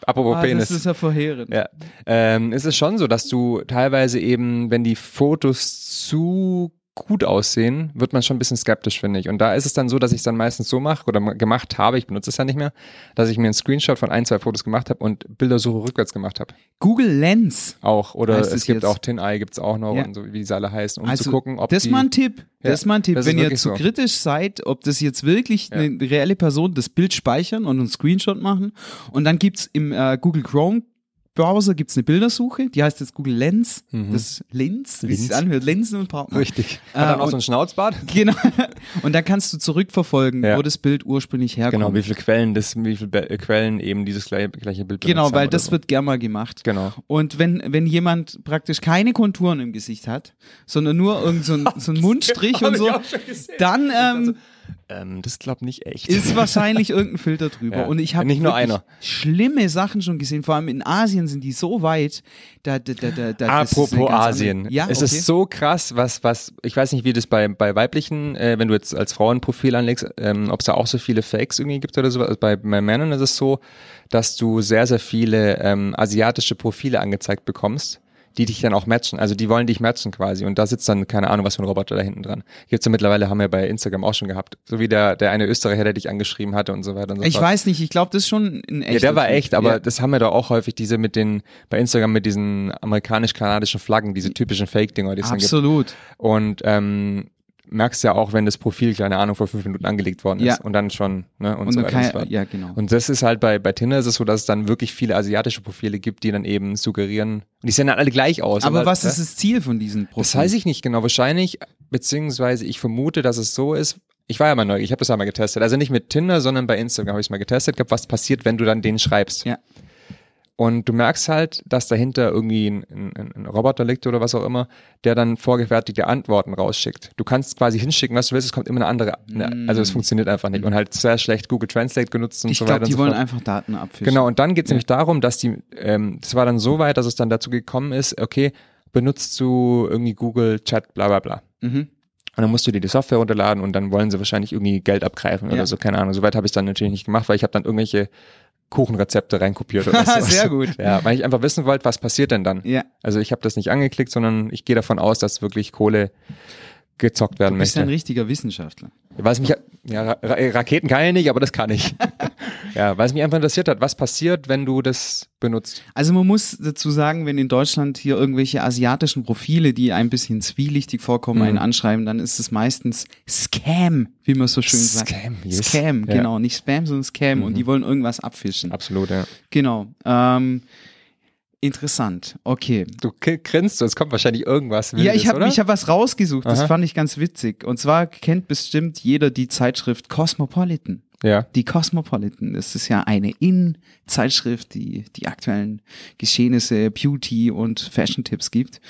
Speaker 1: Oh. Ah,
Speaker 2: Penis.
Speaker 1: das ist ja verheerend.
Speaker 2: Ja. Ähm, es ist schon so, dass du teilweise eben, wenn die Fotos zu gut aussehen, wird man schon ein bisschen skeptisch, finde ich. Und da ist es dann so, dass ich es dann meistens so mache oder ma- gemacht habe, ich benutze es ja nicht mehr, dass ich mir einen Screenshot von ein, zwei Fotos gemacht habe und Bildersuche rückwärts gemacht habe.
Speaker 1: Google Lens.
Speaker 2: Auch. Oder
Speaker 1: Heißt
Speaker 2: es,
Speaker 1: es
Speaker 2: gibt
Speaker 1: jetzt?
Speaker 2: auch TinEye, gibt es auch noch
Speaker 1: Ja.
Speaker 2: und so, wie sie alle heißen, um
Speaker 1: also,
Speaker 2: zu gucken, ob
Speaker 1: das
Speaker 2: die...
Speaker 1: ist mal ein Tipp.
Speaker 2: Ja,
Speaker 1: das ist mal ein Tipp.
Speaker 2: das ist
Speaker 1: Wenn ihr
Speaker 2: wirklich
Speaker 1: zu
Speaker 2: so.
Speaker 1: kritisch seid, ob das jetzt wirklich eine reelle Person das Bild speichern und einen Screenshot machen. Und dann gibt's im äh, Google Chrome Browser gibt's eine Bildersuche, die heißt jetzt Google Lens. Das Lens, wie es sich
Speaker 2: Mhm. Lens.
Speaker 1: anhört, Linsen und Partner.
Speaker 2: Richtig. Hat er
Speaker 1: Äh,
Speaker 2: noch so
Speaker 1: und-
Speaker 2: ein Schnauzbart?
Speaker 1: Genau. Und dann kannst du zurückverfolgen,
Speaker 2: Ja.
Speaker 1: wo das Bild ursprünglich herkommt.
Speaker 2: Genau, wie viele Quellen, das, wie viele Be- äh, Quellen eben dieses gleiche, gleiche Bild benutzt
Speaker 1: Genau,
Speaker 2: haben
Speaker 1: weil
Speaker 2: oder
Speaker 1: das
Speaker 2: so.
Speaker 1: wird gern mal gemacht.
Speaker 2: Genau.
Speaker 1: Und wenn, wenn jemand praktisch keine Konturen im Gesicht hat, sondern nur irgend so ein, so ein Mundstrich und so,
Speaker 2: ich auch schon gesehen.
Speaker 1: dann ähm,
Speaker 2: Ähm, das glaubt nicht echt.
Speaker 1: ist wahrscheinlich irgendein Filter drüber.
Speaker 2: Ja.
Speaker 1: Und ich habe
Speaker 2: Nicht nur einer.
Speaker 1: schlimme Sachen schon gesehen. Vor allem in Asien sind die so weit. Da, da, da, da, da, das ist eine
Speaker 2: Apropos
Speaker 1: ganz andere-
Speaker 2: Asien.
Speaker 1: Ja,
Speaker 2: es
Speaker 1: okay.
Speaker 2: ist so krass, was, was, ich weiß nicht, wie das bei, bei weiblichen, äh, wenn du jetzt als Frauenprofil anlegst, ähm, ob es da auch so viele Fakes irgendwie gibt oder sowas. Also bei, bei Männern ist es so, dass du sehr, sehr viele ähm, asiatische Profile angezeigt bekommst, die dich dann auch matchen. Also die wollen dich matchen quasi. Und da sitzt dann, keine Ahnung, was für ein Roboter da hinten dran. Gibt's ja mittlerweile, haben wir bei Instagram auch schon gehabt. So wie der, der eine Österreicher, der dich angeschrieben hatte und so weiter und so
Speaker 1: ich
Speaker 2: fort.
Speaker 1: weiß nicht, ich glaube, das ist schon ein echter
Speaker 2: Ja, der war
Speaker 1: Typ.
Speaker 2: echt, aber
Speaker 1: Ja.
Speaker 2: das haben wir doch auch häufig, diese mit den, bei Instagram mit diesen amerikanisch-kanadischen Flaggen, diese typischen Fake-Dinger, die es dann gibt.
Speaker 1: Absolut.
Speaker 2: Und ähm, merkst ja auch, wenn das Profil, keine Ahnung, vor fünf Minuten angelegt worden ist
Speaker 1: Ja.
Speaker 2: und dann schon, ne, und,
Speaker 1: Und
Speaker 2: so
Speaker 1: dann
Speaker 2: weiter.
Speaker 1: kann-
Speaker 2: und so fort.
Speaker 1: ja, genau.
Speaker 2: Und das ist halt bei, bei Tinder ist es so, dass es dann wirklich viele asiatische Profile gibt, die dann eben suggerieren, und die sehen dann alle gleich aus.
Speaker 1: Aber was
Speaker 2: ne?
Speaker 1: ist das Ziel von diesen Profilen?
Speaker 2: Das weiß ich nicht genau. Wahrscheinlich, beziehungsweise ich vermute, dass es so ist. Ich war ja mal neugierig, ich habe das ja mal getestet. Also nicht mit Tinder, sondern bei Instagram habe ich es mal getestet, gehabt, was passiert, wenn du dann den schreibst.
Speaker 1: Ja.
Speaker 2: Und du merkst halt, dass dahinter irgendwie ein, ein, ein Roboter liegt oder was auch immer, der dann vorgefertigte Antworten rausschickt. Du kannst quasi hinschicken, was du willst, es kommt immer eine andere. Ne, also es funktioniert einfach nicht. Und halt sehr schlecht Google Translate genutzt
Speaker 1: Mm.
Speaker 2: und
Speaker 1: Mhm. Ich
Speaker 2: so
Speaker 1: glaube,
Speaker 2: weiter.
Speaker 1: die
Speaker 2: und so
Speaker 1: wollen
Speaker 2: fort.
Speaker 1: einfach Daten abfischen.
Speaker 2: Genau, und dann geht es nämlich darum, dass die, ähm, das war dann so weit, dass es dann dazu gekommen ist, okay, benutzt du irgendwie Google Chat, bla bla bla.
Speaker 1: Mhm.
Speaker 2: Und dann musst du dir die Software runterladen und dann wollen sie wahrscheinlich irgendwie Geld abgreifen
Speaker 1: Ja.
Speaker 2: oder so, keine Ahnung. Soweit habe ich dann natürlich nicht gemacht, weil ich habe dann irgendwelche Kuchenrezepte reinkopiert oder so.
Speaker 1: Sehr gut.
Speaker 2: Ja, weil ich einfach wissen wollte, was passiert denn dann?
Speaker 1: Ja.
Speaker 2: Also ich habe das nicht angeklickt, sondern ich gehe davon aus, dass wirklich Kohle gezockt werden
Speaker 1: Du bist ja ein
Speaker 2: möchte.
Speaker 1: richtiger Wissenschaftler.
Speaker 2: Was mich, ja, Ra Ra Raketen kann ich nicht, aber das kann ich. ja, weil es mich einfach interessiert hat, was passiert, wenn du das benutzt.
Speaker 1: Also man muss dazu sagen, wenn in Deutschland hier irgendwelche asiatischen Profile, die ein bisschen zwielichtig vorkommen,
Speaker 2: Mhm.
Speaker 1: einen anschreiben, dann ist es meistens Scam, wie man so schön sagt.
Speaker 2: Scam, yes.
Speaker 1: Scam,
Speaker 2: Ja. Mhm.
Speaker 1: genau. Nicht Spam, sondern Scam. Und die wollen irgendwas abfischen.
Speaker 2: Absolut, ja.
Speaker 1: Genau. Ähm, interessant. Okay.
Speaker 2: Du k- grinst, so, es kommt wahrscheinlich irgendwas Wildes,
Speaker 1: ja, ich habe
Speaker 2: oder?
Speaker 1: ich hab was rausgesucht, das
Speaker 2: Aha.
Speaker 1: fand ich ganz witzig. Und zwar kennt bestimmt jeder die Zeitschrift Cosmopolitan.
Speaker 2: ja.
Speaker 1: Die Cosmopolitan, das ist ja eine In-Zeitschrift, die die aktuellen Geschehnisse, Beauty und Fashion-Tipps gibt.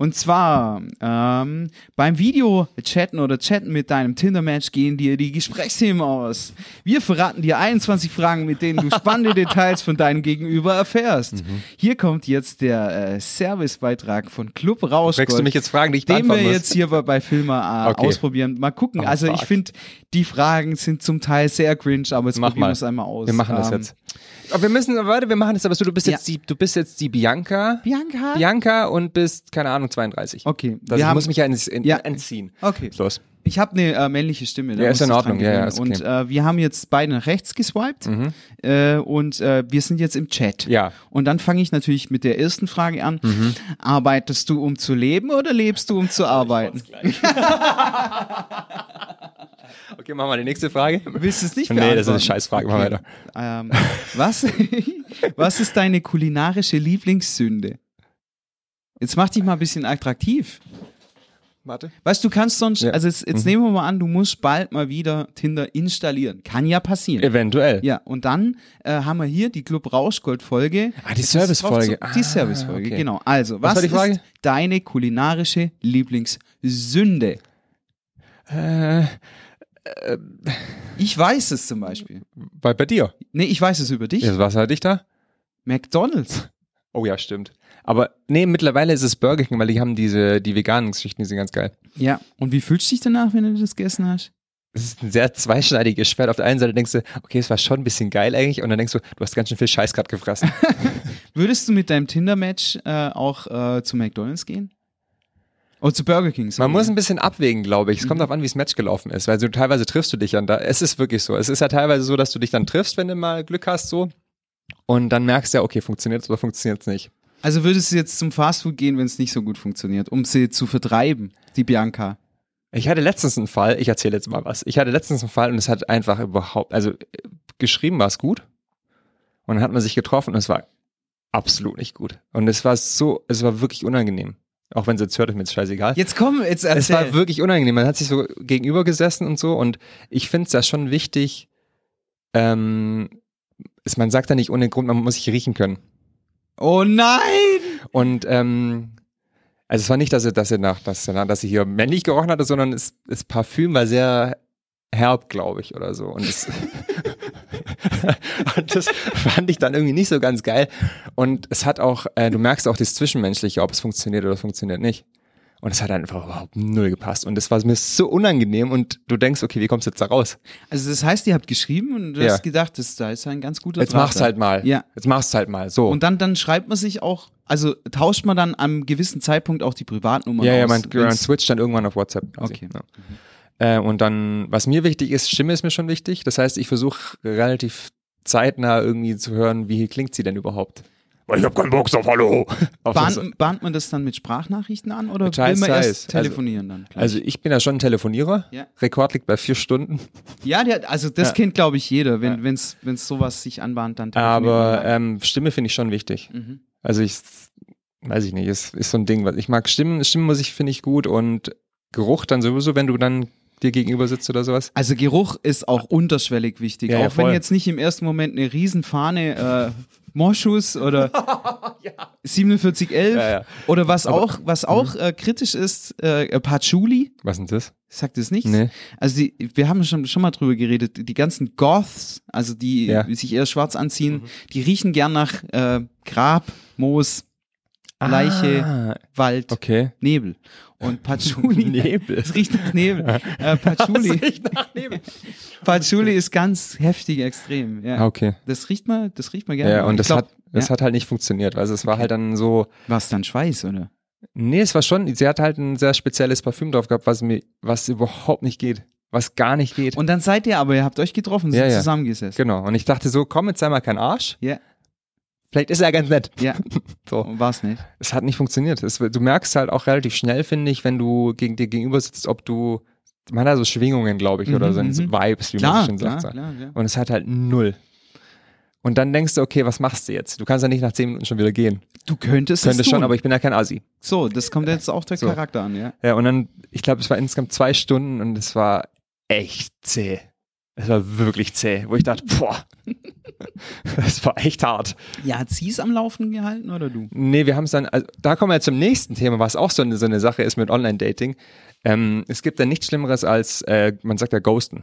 Speaker 1: Und zwar ähm, beim Video-Chatten oder Chatten mit deinem Tinder-Match gehen dir die Gesprächsthemen aus. Wir verraten dir 21 Fragen, mit denen du spannende Details von deinem Gegenüber erfährst.
Speaker 2: Mhm.
Speaker 1: Hier kommt jetzt der äh, Servicebeitrag von Club Rausch.
Speaker 2: Fragst du mich jetzt Fragen, die ich
Speaker 1: den wir
Speaker 2: beantworten muss?
Speaker 1: jetzt hier bei, bei Filmer äh,
Speaker 2: Okay.
Speaker 1: ausprobieren. Mal gucken.
Speaker 2: Oh,
Speaker 1: also ich
Speaker 2: fuck.
Speaker 1: finde, die Fragen sind zum Teil sehr cringe, aber jetzt
Speaker 2: Mach
Speaker 1: probieren wir
Speaker 2: mal.
Speaker 1: es einmal aus.
Speaker 2: Wir machen das
Speaker 1: Ähm,
Speaker 2: jetzt. Aber wir müssen, warte, wir machen das, aber so, du bist
Speaker 1: Ja.
Speaker 2: jetzt die, du bist jetzt die Bianca.
Speaker 1: Bianca?
Speaker 2: Bianca und bist, keine Ahnung, 32.
Speaker 1: Okay,
Speaker 2: Das,
Speaker 1: wir
Speaker 2: ich
Speaker 1: haben-
Speaker 2: muss mich ja, ins, in,
Speaker 1: Ja.
Speaker 2: entziehen.
Speaker 1: Okay.
Speaker 2: Los.
Speaker 1: Ich habe eine äh, männliche Stimme. da
Speaker 2: Ja, ist
Speaker 1: muss
Speaker 2: in
Speaker 1: ich
Speaker 2: Ordnung.
Speaker 1: dran
Speaker 2: Ja, ja,
Speaker 1: gewöhnen.
Speaker 2: ist Mhm.
Speaker 1: Und äh, wir haben jetzt beide nach rechts geswiped äh, und äh, wir sind jetzt im Chat.
Speaker 2: Ja. Mhm.
Speaker 1: Und dann fange ich natürlich mit der ersten Frage an. Arbeitest du, um zu leben oder lebst du, um zu arbeiten?
Speaker 2: Okay, machen wir die nächste Frage.
Speaker 1: Willst du es nicht
Speaker 2: Nee, das ist eine
Speaker 1: beantworten?
Speaker 2: Scheißfrage. Mach weiter.
Speaker 1: Ähm, was, was ist deine kulinarische Lieblingssünde? Jetzt mach dich mal ein bisschen attraktiv.
Speaker 2: Warte.
Speaker 1: Weißt du, du kannst sonst,
Speaker 2: Ja. Mhm.
Speaker 1: also jetzt, jetzt nehmen wir mal an, du musst bald mal wieder Tinder installieren. Kann ja passieren.
Speaker 2: Eventuell.
Speaker 1: Ja, und dann äh, haben wir hier die Club Rauschgold-Folge.
Speaker 2: Ah, die
Speaker 1: Das ist
Speaker 2: Service-Folge.
Speaker 1: drauf zu- Die
Speaker 2: Ah,
Speaker 1: Service-Folge,
Speaker 2: okay.
Speaker 1: genau. Also, was,
Speaker 2: war die Frage?
Speaker 1: ist deine kulinarische Lieblingssünde?
Speaker 2: Äh,
Speaker 1: Ich weiß es zum Beispiel.
Speaker 2: Bei, bei dir.
Speaker 1: Nee, ich weiß es über dich.
Speaker 2: Ist Wasserdichter?
Speaker 1: McDonalds.
Speaker 2: Oh ja, stimmt. Aber nee, mittlerweile ist es Burger King, weil die haben diese, die veganen Geschichten, die sind ganz geil.
Speaker 1: Ja. Und wie fühlst du dich danach, wenn du das gegessen hast?
Speaker 2: Es ist ein sehr zweischneidiges Schwert. Auf der einen Seite denkst du, okay, es war schon ein bisschen geil eigentlich. Und dann denkst du, du hast ganz schön viel Scheiß gerade gefressen.
Speaker 1: Würdest du mit deinem Tinder-Match äh, auch äh, zu McDonalds gehen? Oder zu Burger King? sorry.
Speaker 2: Man muss ein bisschen abwägen, glaube ich. Es kommt darauf an, wie das Match gelaufen ist, weil so teilweise triffst du dich dann da. Es ist wirklich so. Es ist ja teilweise so, dass du dich dann triffst, wenn du mal Glück hast, so. Und dann merkst du ja, okay, funktioniert es oder funktioniert es nicht.
Speaker 1: Also würdest du jetzt zum Fastfood gehen, wenn es nicht so gut funktioniert, um sie zu vertreiben, die Bianca?
Speaker 2: Ich hatte letztens einen Fall, ich erzähle jetzt mal was. Ich hatte letztens einen Fall und es hat einfach überhaupt, also äh, geschrieben war es gut. Und dann hat man sich getroffen und es war absolut nicht gut. Und es war so, es war wirklich unangenehm. Auch wenn sie jetzt hört, ist mir jetzt scheißegal.
Speaker 1: Jetzt komm, jetzt
Speaker 2: Es
Speaker 1: erzähl.
Speaker 2: war wirklich unangenehm. Man hat sich so gegenüber gesessen und so. Und ich finde es ja schon wichtig, ähm, es- man sagt ja nicht ohne Grund, man muss sich riechen können.
Speaker 1: oh nein!
Speaker 2: Und ähm, also es war nicht, dass er, dass er nach, dass er, dass er hier männlich gerochen hatte, sondern es, das Parfüm war sehr herb, glaube ich, oder so. Und das, und das fand ich dann irgendwie nicht so ganz geil. Und es hat auch, äh, du merkst auch das Zwischenmenschliche, ob es funktioniert oder es funktioniert nicht. Und es hat einfach überhaupt null gepasst. Und es war mir so unangenehm und du denkst, okay, wie kommst du jetzt da raus?
Speaker 1: Also das heißt, ihr habt geschrieben und du
Speaker 2: Ja.
Speaker 1: hast gedacht, das, da ist ein ganz guter
Speaker 2: Jetzt
Speaker 1: Draht
Speaker 2: mach's
Speaker 1: da.
Speaker 2: halt mal.
Speaker 1: Ja.
Speaker 2: Jetzt mach's halt mal. So.
Speaker 1: Und dann, dann schreibt man sich auch, also tauscht man dann am gewissen Zeitpunkt auch die Privatnummern
Speaker 2: Ja,
Speaker 1: aus.
Speaker 2: ja, man, man
Speaker 1: wenn's-
Speaker 2: switcht dann irgendwann auf WhatsApp. quasi.
Speaker 1: Okay. Mhm.
Speaker 2: Ja. Äh, und dann, was mir wichtig ist, Stimme ist mir schon wichtig. Das heißt, ich versuche relativ zeitnah irgendwie zu hören, wie klingt sie denn überhaupt? Weil ich habe keinen Bock auf Hallo. Auf so-
Speaker 1: bahnt, bahnt man das dann mit Sprachnachrichten an oder
Speaker 2: Mit Scheiß,
Speaker 1: will man
Speaker 2: Scheiß.
Speaker 1: erst telefonieren dann? gleich?
Speaker 2: also ich bin ja schon ein Telefonierer.
Speaker 1: Ja.
Speaker 2: Rekord liegt bei vier Stunden.
Speaker 1: ja, der, also das kennt glaube ich jeder, wenn wenn's wenn's sowas sich anbahnt, dann telefoniert
Speaker 2: Aber
Speaker 1: man dann.
Speaker 2: ähm, Stimme finde ich schon wichtig.
Speaker 1: Mhm.
Speaker 2: Also ich weiß ich nicht, ist, ist so ein Ding. was Ich mag Stimmen, Stimmenmusik finde ich gut und Geruch dann sowieso, wenn du dann dir gegenüber sitzt oder sowas.
Speaker 1: Also Geruch ist auch unterschwellig wichtig,
Speaker 2: Ah. Ja, ja,
Speaker 1: auch wenn
Speaker 2: voll.
Speaker 1: jetzt nicht im ersten Moment eine Riesenfahne äh, Moschus oder 4711
Speaker 2: Ja, mhm. ja.
Speaker 1: oder was auch was auch äh, kritisch ist, äh, Patchouli,
Speaker 2: Was ist das?
Speaker 1: sagt es nichts.
Speaker 2: Nee.
Speaker 1: Also die, wir haben schon schon mal drüber geredet, die ganzen Goths, also die
Speaker 2: Ja. Mhm.
Speaker 1: äh, sich eher schwarz anziehen, die riechen gern nach äh, Grab, Moos, Leiche,
Speaker 2: Ah,
Speaker 1: Wald,
Speaker 2: okay.
Speaker 1: Nebel und Patchouli.
Speaker 2: Nebel.
Speaker 1: Es riecht nach Nebel. Äh, Patchouli. Patchouli ist ganz heftig extrem. Ja.
Speaker 2: Ah, okay.
Speaker 1: Das riecht man, das riecht man
Speaker 2: Ja,
Speaker 1: gerne. genau.
Speaker 2: und
Speaker 1: Ich
Speaker 2: das,
Speaker 1: glaub,
Speaker 2: hat, das
Speaker 1: ja.
Speaker 2: hat halt nicht funktioniert. Also es war halt dann so,
Speaker 1: war es dann Schweiß, oder?
Speaker 2: nee, es war schon, sie hat halt ein sehr spezielles Parfüm drauf gehabt, was mir, was überhaupt nicht geht, was gar nicht geht.
Speaker 1: Und dann seid ihr aber, ihr habt euch getroffen,
Speaker 2: Ja,
Speaker 1: seid
Speaker 2: ja.
Speaker 1: zusammengesessen.
Speaker 2: genau. Und ich dachte so, komm, jetzt sei mal kein Arsch.
Speaker 1: Ja,
Speaker 2: Vielleicht ist er ja ganz nett.
Speaker 1: ja,
Speaker 2: So.
Speaker 1: war es nicht.
Speaker 2: Es hat nicht funktioniert. Es, du merkst halt auch relativ schnell, finde ich, wenn du gegen dir gegenüber sitzt, ob du, man hat da so Schwingungen, glaube ich, oder so,
Speaker 1: Mhm,
Speaker 2: so
Speaker 1: mhm.
Speaker 2: Vibes, wie man
Speaker 1: Klar,
Speaker 2: so schön
Speaker 1: klar,
Speaker 2: sagt.
Speaker 1: klar, klar.
Speaker 2: Und es hat halt null. Und dann denkst du, okay, was machst du jetzt? Du kannst ja nicht nach zehn Minuten schon wieder gehen.
Speaker 1: Du könntest
Speaker 2: Könnte
Speaker 1: es tun.
Speaker 2: schon, aber ich bin ja kein Asi.
Speaker 1: so, das kommt jetzt auch der
Speaker 2: So.
Speaker 1: Charakter an, ja.
Speaker 2: Ja, und dann, ich glaube, es war insgesamt zwei Stunden und es war echt zäh. Es war wirklich zäh, wo ich dachte, boah, Das war echt hart.
Speaker 1: Ja, hat sie es am Laufen gehalten oder du?
Speaker 2: Nee, wir haben es dann, also, da kommen wir zum nächsten Thema, was auch so eine, so eine Sache ist mit Online-Dating. Ähm, es gibt da nichts Schlimmeres als, äh, man sagt ja Ghosten.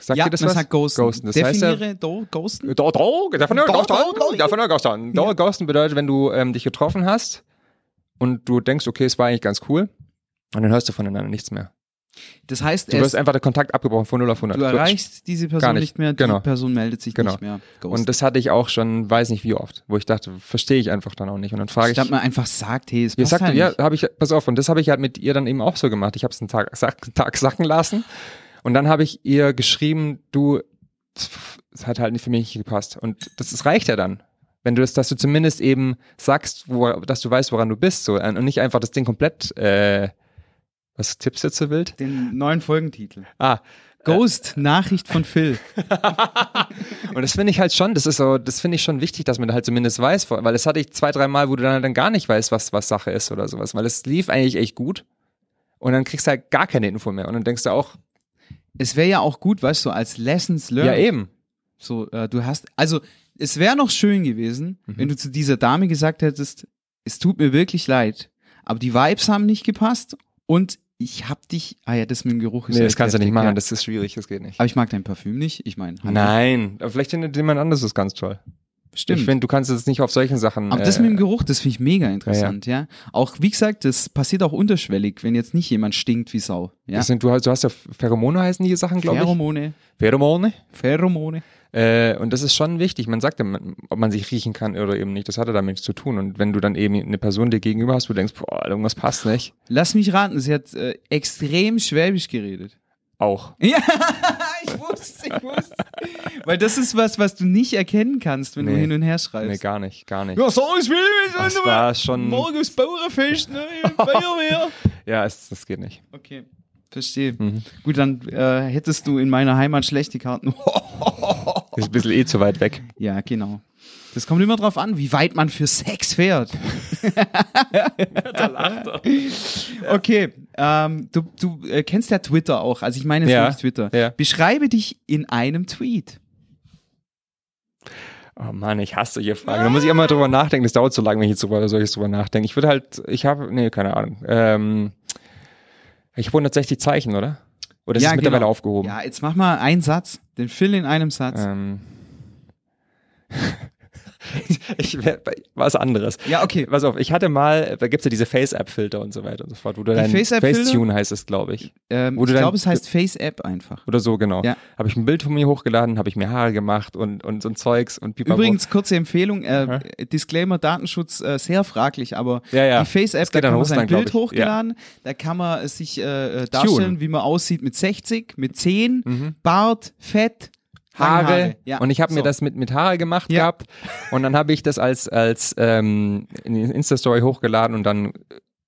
Speaker 2: Sagt
Speaker 1: ja,
Speaker 2: ihr das
Speaker 1: man
Speaker 2: was?
Speaker 1: sagt Ghosten.
Speaker 2: Ghosten. Das heißt ja, Äh,
Speaker 1: Definiere do, Ghosten?
Speaker 2: Dau- Dau- davon hört
Speaker 1: Dau-
Speaker 2: Ghosten,
Speaker 1: Dau- Dau-
Speaker 2: davon hört Ghosten. Dau- Ghosten bedeutet, wenn du ähm, dich getroffen hast und du denkst, okay, es war eigentlich ganz cool, und dann hörst du voneinander nichts mehr.
Speaker 1: Das heißt,
Speaker 2: Du
Speaker 1: es,
Speaker 2: wirst einfach der Kontakt abgebrochen von 0 auf 100.
Speaker 1: du erreichst diese Person
Speaker 2: Gar
Speaker 1: nicht,
Speaker 2: nicht.
Speaker 1: mehr, die
Speaker 2: Genau.
Speaker 1: Person meldet sich
Speaker 2: Genau.
Speaker 1: nicht mehr. Ghosten.
Speaker 2: Und das hatte ich auch schon, weiß nicht wie oft, wo ich dachte, verstehe ich einfach dann auch nicht. Und dann frage ich,
Speaker 1: Statt man einfach sagt, hey, es
Speaker 2: Ja,
Speaker 1: passt
Speaker 2: sagt,
Speaker 1: halt
Speaker 2: ja,
Speaker 1: nicht.
Speaker 2: habe ich, pass auf, und das habe ich halt mit ihr dann eben auch so gemacht. Ich habe es einen Tag, sack, Tag sacken lassen und dann habe ich ihr geschrieben, du, es hat halt nicht für mich nicht gepasst. Und das, das reicht ja dann. Wenn du das, dass du zumindest eben sagst, wo, dass du weißt, woran du bist, so, äh, und nicht einfach das Ding komplett, äh, was tippst du jetzt so wild?
Speaker 1: Den neuen Folgentitel.
Speaker 2: Ah,
Speaker 1: Ghost, Nachricht von Phil.
Speaker 2: Und das finde ich halt schon, das ist so, das finde ich schon wichtig, dass man halt zumindest weiß, weil das hatte ich zwei, drei Mal, wo du dann, dann gar nicht weißt, was, was Sache ist oder sowas, weil es lief eigentlich echt gut und dann kriegst du halt gar keine Info mehr und dann denkst du auch,
Speaker 1: Es wäre ja auch gut, weißt du, als Lessons
Speaker 2: ja,
Speaker 1: learned.
Speaker 2: eben.
Speaker 1: So, äh, du hast, also es wäre noch schön gewesen,
Speaker 2: Mhm.
Speaker 1: wenn du zu dieser Dame gesagt hättest, es tut mir wirklich leid, aber die Vibes haben nicht gepasst und ich hab dich, ah ja, das mit dem Geruch ist
Speaker 2: Nee, das
Speaker 1: echt
Speaker 2: kannst du nicht
Speaker 1: heftig,
Speaker 2: machen,
Speaker 1: ja. Mhm.
Speaker 2: das ist schwierig, das geht nicht.
Speaker 1: aber ich mag dein Parfüm nicht, ich meine,
Speaker 2: Nein, aber vielleicht findet jemand anderes das ganz toll.
Speaker 1: stimmt.
Speaker 2: Ich finde, du kannst jetzt nicht auf solchen Sachen.
Speaker 1: aber das
Speaker 2: äh,
Speaker 1: mit dem Geruch, das finde ich mega interessant, ja, Auch, wie gesagt, das passiert auch unterschwellig, wenn jetzt nicht jemand stinkt wie Sau, ja.
Speaker 2: das sind, du, hast, du hast ja Pheromone heißen die Sachen, glaube ich.
Speaker 1: Pheromone,
Speaker 2: Pheromone.
Speaker 1: Pheromone.
Speaker 2: Äh, und das ist schon wichtig. Man sagt ja, man- ob man sich riechen kann oder eben nicht. Das hatte damit nichts zu tun. Und wenn du dann eben eine Person dir gegenüber hast, wo du denkst, boah, irgendwas passt nicht,
Speaker 1: Lass mich raten, sie hat äh, extrem schwäbisch geredet.
Speaker 2: auch.
Speaker 1: Ja, ich wusste, ich wusste. Weil das ist was, was du nicht erkennen kannst, wenn du
Speaker 2: Nee.
Speaker 1: hin und her
Speaker 2: Nee,
Speaker 1: schreibst.
Speaker 2: gar nicht, gar nicht.
Speaker 1: ja, so ist
Speaker 2: Das war schon-
Speaker 1: Morgens Bauernfest, ne? Feuerwehr.
Speaker 2: Ja, es, das geht nicht.
Speaker 1: Okay, verstehe.
Speaker 2: Mhm.
Speaker 1: Gut, dann äh, hättest du in meiner Heimat schlechte Karten.
Speaker 2: Ist ein bisschen eh zu weit weg.
Speaker 1: ja, genau. Das kommt immer drauf an, wie weit man für Sex fährt. Okay, ähm, du, du äh, kennst ja Twitter auch. Also ich meine jetzt
Speaker 2: Ja,
Speaker 1: nicht Twitter.
Speaker 2: ja.
Speaker 1: Beschreibe dich in einem Tweet.
Speaker 2: Oh Mann, ich hasse solche Fragen. Da muss ich
Speaker 1: Ah.
Speaker 2: immer drüber nachdenken. Das dauert so lange, wenn ich jetzt drüber, soll ich drüber nachdenken. Ich würde halt, ich habe, nee, keine Ahnung. Ähm, ich habe 160 Zeichen, oder? Oder ist es mittlerweile
Speaker 1: genau.
Speaker 2: aufgehoben?
Speaker 1: Ja, jetzt mach mal einen Satz, den Phil in einem Satz.
Speaker 2: Ähm. ich wär, bei- was anderes.
Speaker 1: Ja, okay.
Speaker 2: Pass auf, ich hatte mal, da gibt's ja diese Face-App-Filter und so weiter und so fort, wo du dein
Speaker 1: Face-App-Filter?
Speaker 2: Facetune heißt es, glaube ich.
Speaker 1: Ähm,
Speaker 2: Wo
Speaker 1: ich
Speaker 2: du
Speaker 1: glaube,
Speaker 2: dann-
Speaker 1: es heißt Face App einfach.
Speaker 2: Oder so, genau.
Speaker 1: Ja.
Speaker 2: Habe ich ein Bild von mir hochgeladen, habe ich mir Haare gemacht und, und so ein Zeugs und pipapo.
Speaker 1: Übrigens, kurze Empfehlung, äh, Disclaimer, Datenschutz äh, sehr fraglich, aber
Speaker 2: Ja, ja.
Speaker 1: die Face-App,
Speaker 2: Das
Speaker 1: da
Speaker 2: geht
Speaker 1: kann
Speaker 2: an
Speaker 1: man sein
Speaker 2: Russland, glaub
Speaker 1: Bild
Speaker 2: ich.
Speaker 1: hochgeladen, da kann man es sich äh, äh, darstellen, wie man aussieht mit 60, mit 10, Bart, Fett,
Speaker 2: Mhm. Haare.
Speaker 1: Haare. Ja,
Speaker 2: Und ich habe mir
Speaker 1: so.
Speaker 2: das mit, mit Haare gemacht
Speaker 1: Ja.
Speaker 2: gehabt. Und dann habe ich das als, als ähm, in die Insta-Story hochgeladen und dann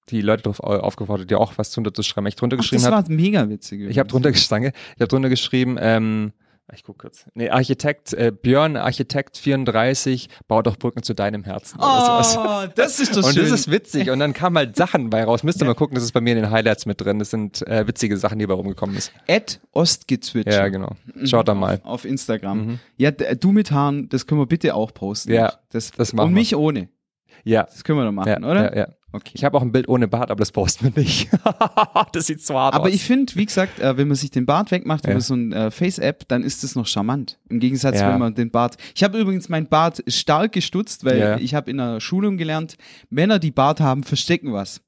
Speaker 2: die Leute drauf au- aufgefordert, ja auch was drunter zu schreiben. Weil ich drunter
Speaker 1: Ach,
Speaker 2: geschrieben
Speaker 1: das
Speaker 2: habe.
Speaker 1: war mega witzig.
Speaker 2: Ich habe drunter gestange. Ich habe drunter geschrieben, ähm, ich guck kurz. Nee, Architekt, äh, Björn, Architekt 34, baut doch Brücken zu deinem Herzen. oder sowas.
Speaker 1: Oh, das ist doch
Speaker 2: Und
Speaker 1: schön.
Speaker 2: das ist witzig. Und dann kamen halt Sachen bei raus. Müsst ihr mal gucken, das ist bei mir in den Highlights mit drin. Das sind äh, witzige Sachen, die bei rumgekommen ist.
Speaker 1: Ed Ostgezwitscher.
Speaker 2: Ja, genau.
Speaker 1: Mhm.
Speaker 2: Schaut da mal.
Speaker 1: Auf Instagram. Ja, d- du mit Haaren, das können wir bitte auch posten.
Speaker 2: Ja,
Speaker 1: das,
Speaker 2: das machen
Speaker 1: Und
Speaker 2: wir.
Speaker 1: mich ohne.
Speaker 2: Ja.
Speaker 1: Das können wir doch machen,
Speaker 2: Ja,
Speaker 1: oder?
Speaker 2: ja, ja.
Speaker 1: Okay.
Speaker 2: Ich habe auch ein Bild ohne Bart, aber das posten wir nicht. das sieht zwar hart
Speaker 1: aber
Speaker 2: aus.
Speaker 1: ich finde, wie gesagt, äh, wenn man sich den Bart wegmacht über
Speaker 2: Ja.
Speaker 1: so ein äh, Face-App, dann ist das noch charmant. Im Gegensatz,
Speaker 2: Ja.
Speaker 1: wenn man den Bart. Ich habe übrigens meinen Bart stark gestutzt, weil
Speaker 2: Ja.
Speaker 1: ich habe in einer Schulung gelernt, Männer, die Bart haben, verstecken was.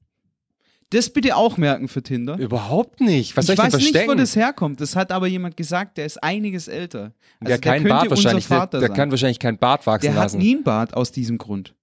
Speaker 1: Das bitte auch merken für Tinder.
Speaker 2: Überhaupt nicht. Was soll
Speaker 1: ich
Speaker 2: ich,
Speaker 1: weiß
Speaker 2: denn
Speaker 1: nicht,
Speaker 2: verstecken?
Speaker 1: wo das herkommt. Das hat aber jemand gesagt, der ist einiges älter. Also
Speaker 2: der kein
Speaker 1: könnte
Speaker 2: Bart wahrscheinlich,
Speaker 1: unser
Speaker 2: der,
Speaker 1: Vater
Speaker 2: der
Speaker 1: sein.
Speaker 2: kann wahrscheinlich keinen Bart wachsen
Speaker 1: Der hat
Speaker 2: lassen.
Speaker 1: nie einen Bart aus diesem Grund.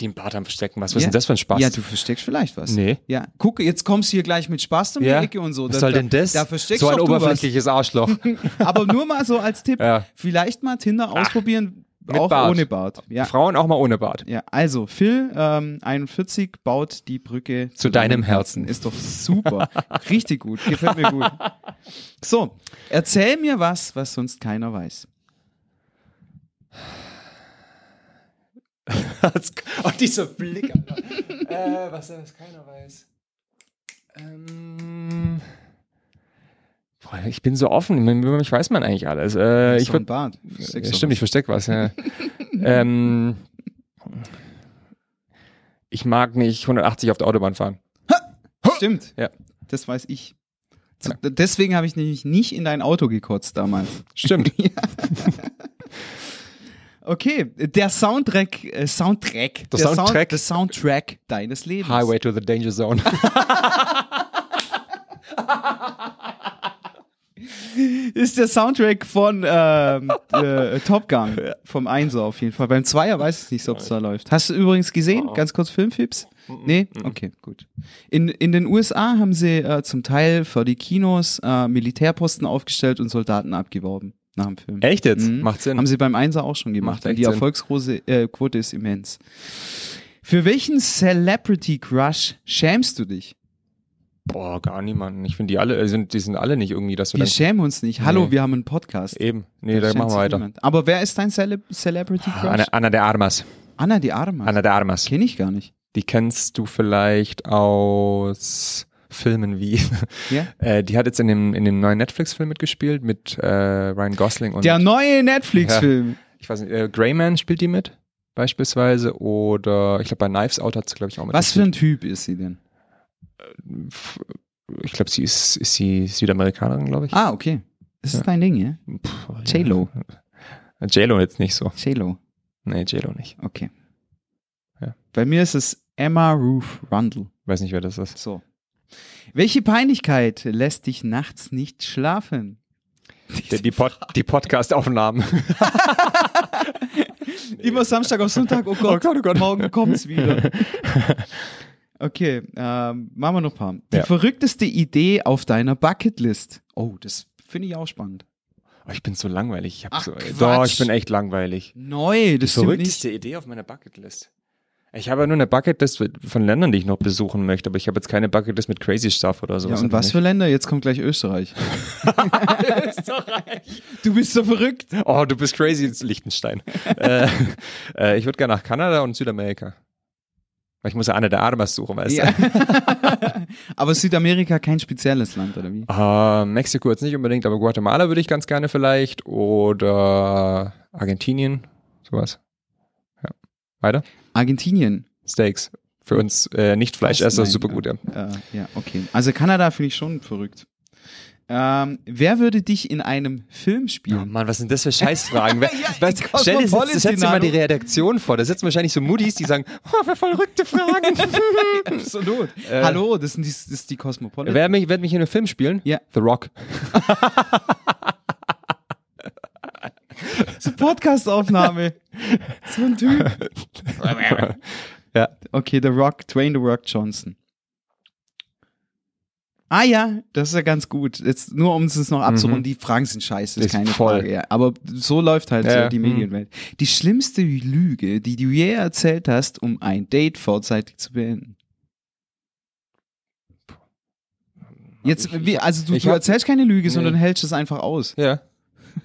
Speaker 2: Den Bart am Verstecken, was,
Speaker 1: Ja.
Speaker 2: was ist denn das für ein Spaß?
Speaker 1: Ja, du versteckst vielleicht was.
Speaker 2: Nee.
Speaker 1: Ja, guck, jetzt kommst du hier gleich mit Spaß um die Ecke und so.
Speaker 2: Was soll denn das?
Speaker 1: Da versteckst
Speaker 2: so ein
Speaker 1: doch du was.
Speaker 2: oberflächliches Arschloch.
Speaker 1: Aber nur mal so als Tipp,
Speaker 2: Ja.
Speaker 1: vielleicht mal Tinder ausprobieren, auch
Speaker 2: Bart.
Speaker 1: ohne Bart. Ja.
Speaker 2: Frauen auch mal ohne Bart.
Speaker 1: Ja, also Phil ähm, 41 baut die Brücke
Speaker 2: Zu deinem Herzen.
Speaker 1: Ist doch super. Richtig gut. Gefällt mir gut. So, erzähl mir was, was sonst keiner weiß.
Speaker 2: Und dieser Blick. äh, was, was keiner weiß. Ähm, Boah, ich bin so offen, Man- über mich weiß man eigentlich alles. Äh, ich
Speaker 1: so
Speaker 2: würd,
Speaker 1: ein Bart.
Speaker 2: ja,
Speaker 1: Versteckst du
Speaker 2: stimmt, ich
Speaker 1: was?
Speaker 2: versteck was, ja. ähm, ich mag nicht 180 auf der Autobahn fahren.
Speaker 1: Stimmt.
Speaker 2: Ja.
Speaker 1: Das weiß ich. So, d- Deswegen habe ich nämlich nicht in dein Auto gekotzt damals.
Speaker 2: Stimmt.
Speaker 1: Okay, der Soundtrack, äh, Soundtrack, der, Sound,
Speaker 2: Soundtrack.
Speaker 1: der Soundtrack deines Lebens.
Speaker 2: Highway to the Danger Zone.
Speaker 1: Ist der Soundtrack von ähm, äh, Top Gun, vom Einser auf jeden Fall. Beim Zweier weiß ich nicht, ob es da läuft. Hast du übrigens gesehen, ganz kurz Filmfips? Nee? Okay, gut. In, in den USA haben sie äh, zum Teil für die Kinos äh, Militärposten aufgestellt und Soldaten abgeworben nach dem Film.
Speaker 2: Echt jetzt?
Speaker 1: Mhm.
Speaker 2: Macht Sinn.
Speaker 1: Haben sie beim Einser auch schon gemacht.
Speaker 2: Macht echt
Speaker 1: und die
Speaker 2: Sinn.
Speaker 1: Erfolgsquote äh, Quote ist immens. Für welchen Celebrity Crush schämst du dich?
Speaker 2: Boah, gar niemanden. Ich finde, die alle, äh, sind, die sind alle nicht irgendwie, dass du
Speaker 1: Wir
Speaker 2: dann,
Speaker 1: schämen uns nicht. Hallo,
Speaker 2: Nee.
Speaker 1: wir haben einen Podcast.
Speaker 2: Eben. Nee, da
Speaker 1: Schämt
Speaker 2: machen wir
Speaker 1: sich
Speaker 2: weiter. Ah,
Speaker 1: niemand. Aber wer ist dein Cele Celebrity Crush?
Speaker 2: Anna, Anna de Armas.
Speaker 1: Anna die Armas.
Speaker 2: Anna de Armas.
Speaker 1: Kenne ich gar nicht.
Speaker 2: Die kennst du vielleicht aus Filmen wie.
Speaker 1: Ja?
Speaker 2: Äh, die hat jetzt in dem, in dem neuen Netflix-Film mitgespielt mit äh, Ryan Gosling und
Speaker 1: Der neue Netflix-Film.
Speaker 2: ich weiß nicht, äh, Greyman spielt die mit beispielsweise oder ich glaube bei Knives Out hat sie glaube ich auch mit.
Speaker 1: Was für ein Typ ist sie denn?
Speaker 2: Ich glaube sie ist, ist sie Südamerikanerin glaube ich.
Speaker 1: Ah, okay. Das ist dein Ding, ja?
Speaker 2: Pff,
Speaker 1: J-Lo.
Speaker 2: ja. J-Lo jetzt nicht so.
Speaker 1: J-Lo.
Speaker 2: Nee, J-Lo nicht.
Speaker 1: Okay.
Speaker 2: Ja.
Speaker 1: Bei mir ist es Emma Ruth Rundle.
Speaker 2: Weiß nicht wer das ist.
Speaker 1: So. Welche Peinlichkeit lässt dich nachts nicht schlafen?
Speaker 2: Die, die, Pod, die Podcast-Aufnahmen.
Speaker 1: Immer Samstag auf Sonntag, oh Gott,
Speaker 2: oh Gott.
Speaker 1: morgen kommt's wieder. Okay, ähm, machen wir noch ein paar. Die
Speaker 2: Ja.
Speaker 1: verrückteste Idee auf deiner Bucketlist. Oh, das finde ich auch spannend.
Speaker 2: Oh, ich bin so langweilig. Ich hab
Speaker 1: Ach,
Speaker 2: so,
Speaker 1: Quatsch.
Speaker 2: doch, ich bin echt langweilig.
Speaker 1: Neu, das stimmt nicht.
Speaker 2: Verrückteste Idee auf meiner Bucketlist. Ich habe ja nur eine Bucketlist von Ländern, die ich noch besuchen möchte, aber ich habe jetzt keine Bucketlist mit Crazy Stuff oder
Speaker 1: Ja,
Speaker 2: sowas.
Speaker 1: und was für Länder? Jetzt kommt gleich Österreich. Österreich. Du bist so verrückt.
Speaker 2: Oh, du bist crazy, jetzt Liechtenstein. äh, äh, ich würde gerne nach Kanada und Südamerika. Weil ich muss ja eine der Armas suchen, weißt
Speaker 1: Ja. Aber Südamerika kein spezielles Land, oder wie?
Speaker 2: du. Äh, Mexiko jetzt nicht unbedingt, aber Guatemala würde ich ganz gerne vielleicht oder Argentinien, sowas. Ja. Weiter?
Speaker 1: Argentinien.
Speaker 2: Steaks. Für uns äh, nicht Fleischesser,
Speaker 1: Nein,
Speaker 2: super gut, ja.
Speaker 1: Äh, ja, okay. Also Kanada finde ich schon verrückt. Ähm, wer würde dich in einem Film
Speaker 2: Oh
Speaker 1: spielen?
Speaker 2: Mann, was sind das für Scheißfragen? Wer-
Speaker 1: Ja,
Speaker 2: was,
Speaker 1: ich-
Speaker 2: stell dir
Speaker 1: Cosmopolitan,
Speaker 2: jetzt, jetzt mal die
Speaker 1: Nano.
Speaker 2: Redaktion vor. Da sitzen wahrscheinlich so Moody's, die sagen, oh, wer verrückte Fragen.
Speaker 1: Absolut. Hallo, das, sind die, das ist die Cosmopolitan.
Speaker 2: Äh, wer mich, wird mich in einem Film spielen?
Speaker 1: Ja.
Speaker 2: The Rock.
Speaker 1: Podcastaufnahme. so ein Typ.
Speaker 2: Ja.
Speaker 1: Okay, The Rock, Dwayne The Rock Johnson. Ah ja, das ist ja ganz gut. Jetzt nur um es noch abzurunden, die Fragen sind scheiße, ist,
Speaker 2: Mhm. Ist
Speaker 1: keine
Speaker 2: voll.
Speaker 1: Frage. Ja. Aber so läuft halt
Speaker 2: Ja,
Speaker 1: so die
Speaker 2: mhm.
Speaker 1: Medienwelt. Die schlimmste Lüge, die du je erzählt hast, um ein Date vorzeitig zu beenden. Jetzt, wie, also du,
Speaker 2: ich
Speaker 1: du
Speaker 2: hab-
Speaker 1: erzählst keine Lüge,
Speaker 2: Nee.
Speaker 1: sondern hältst es einfach aus.
Speaker 2: Ja.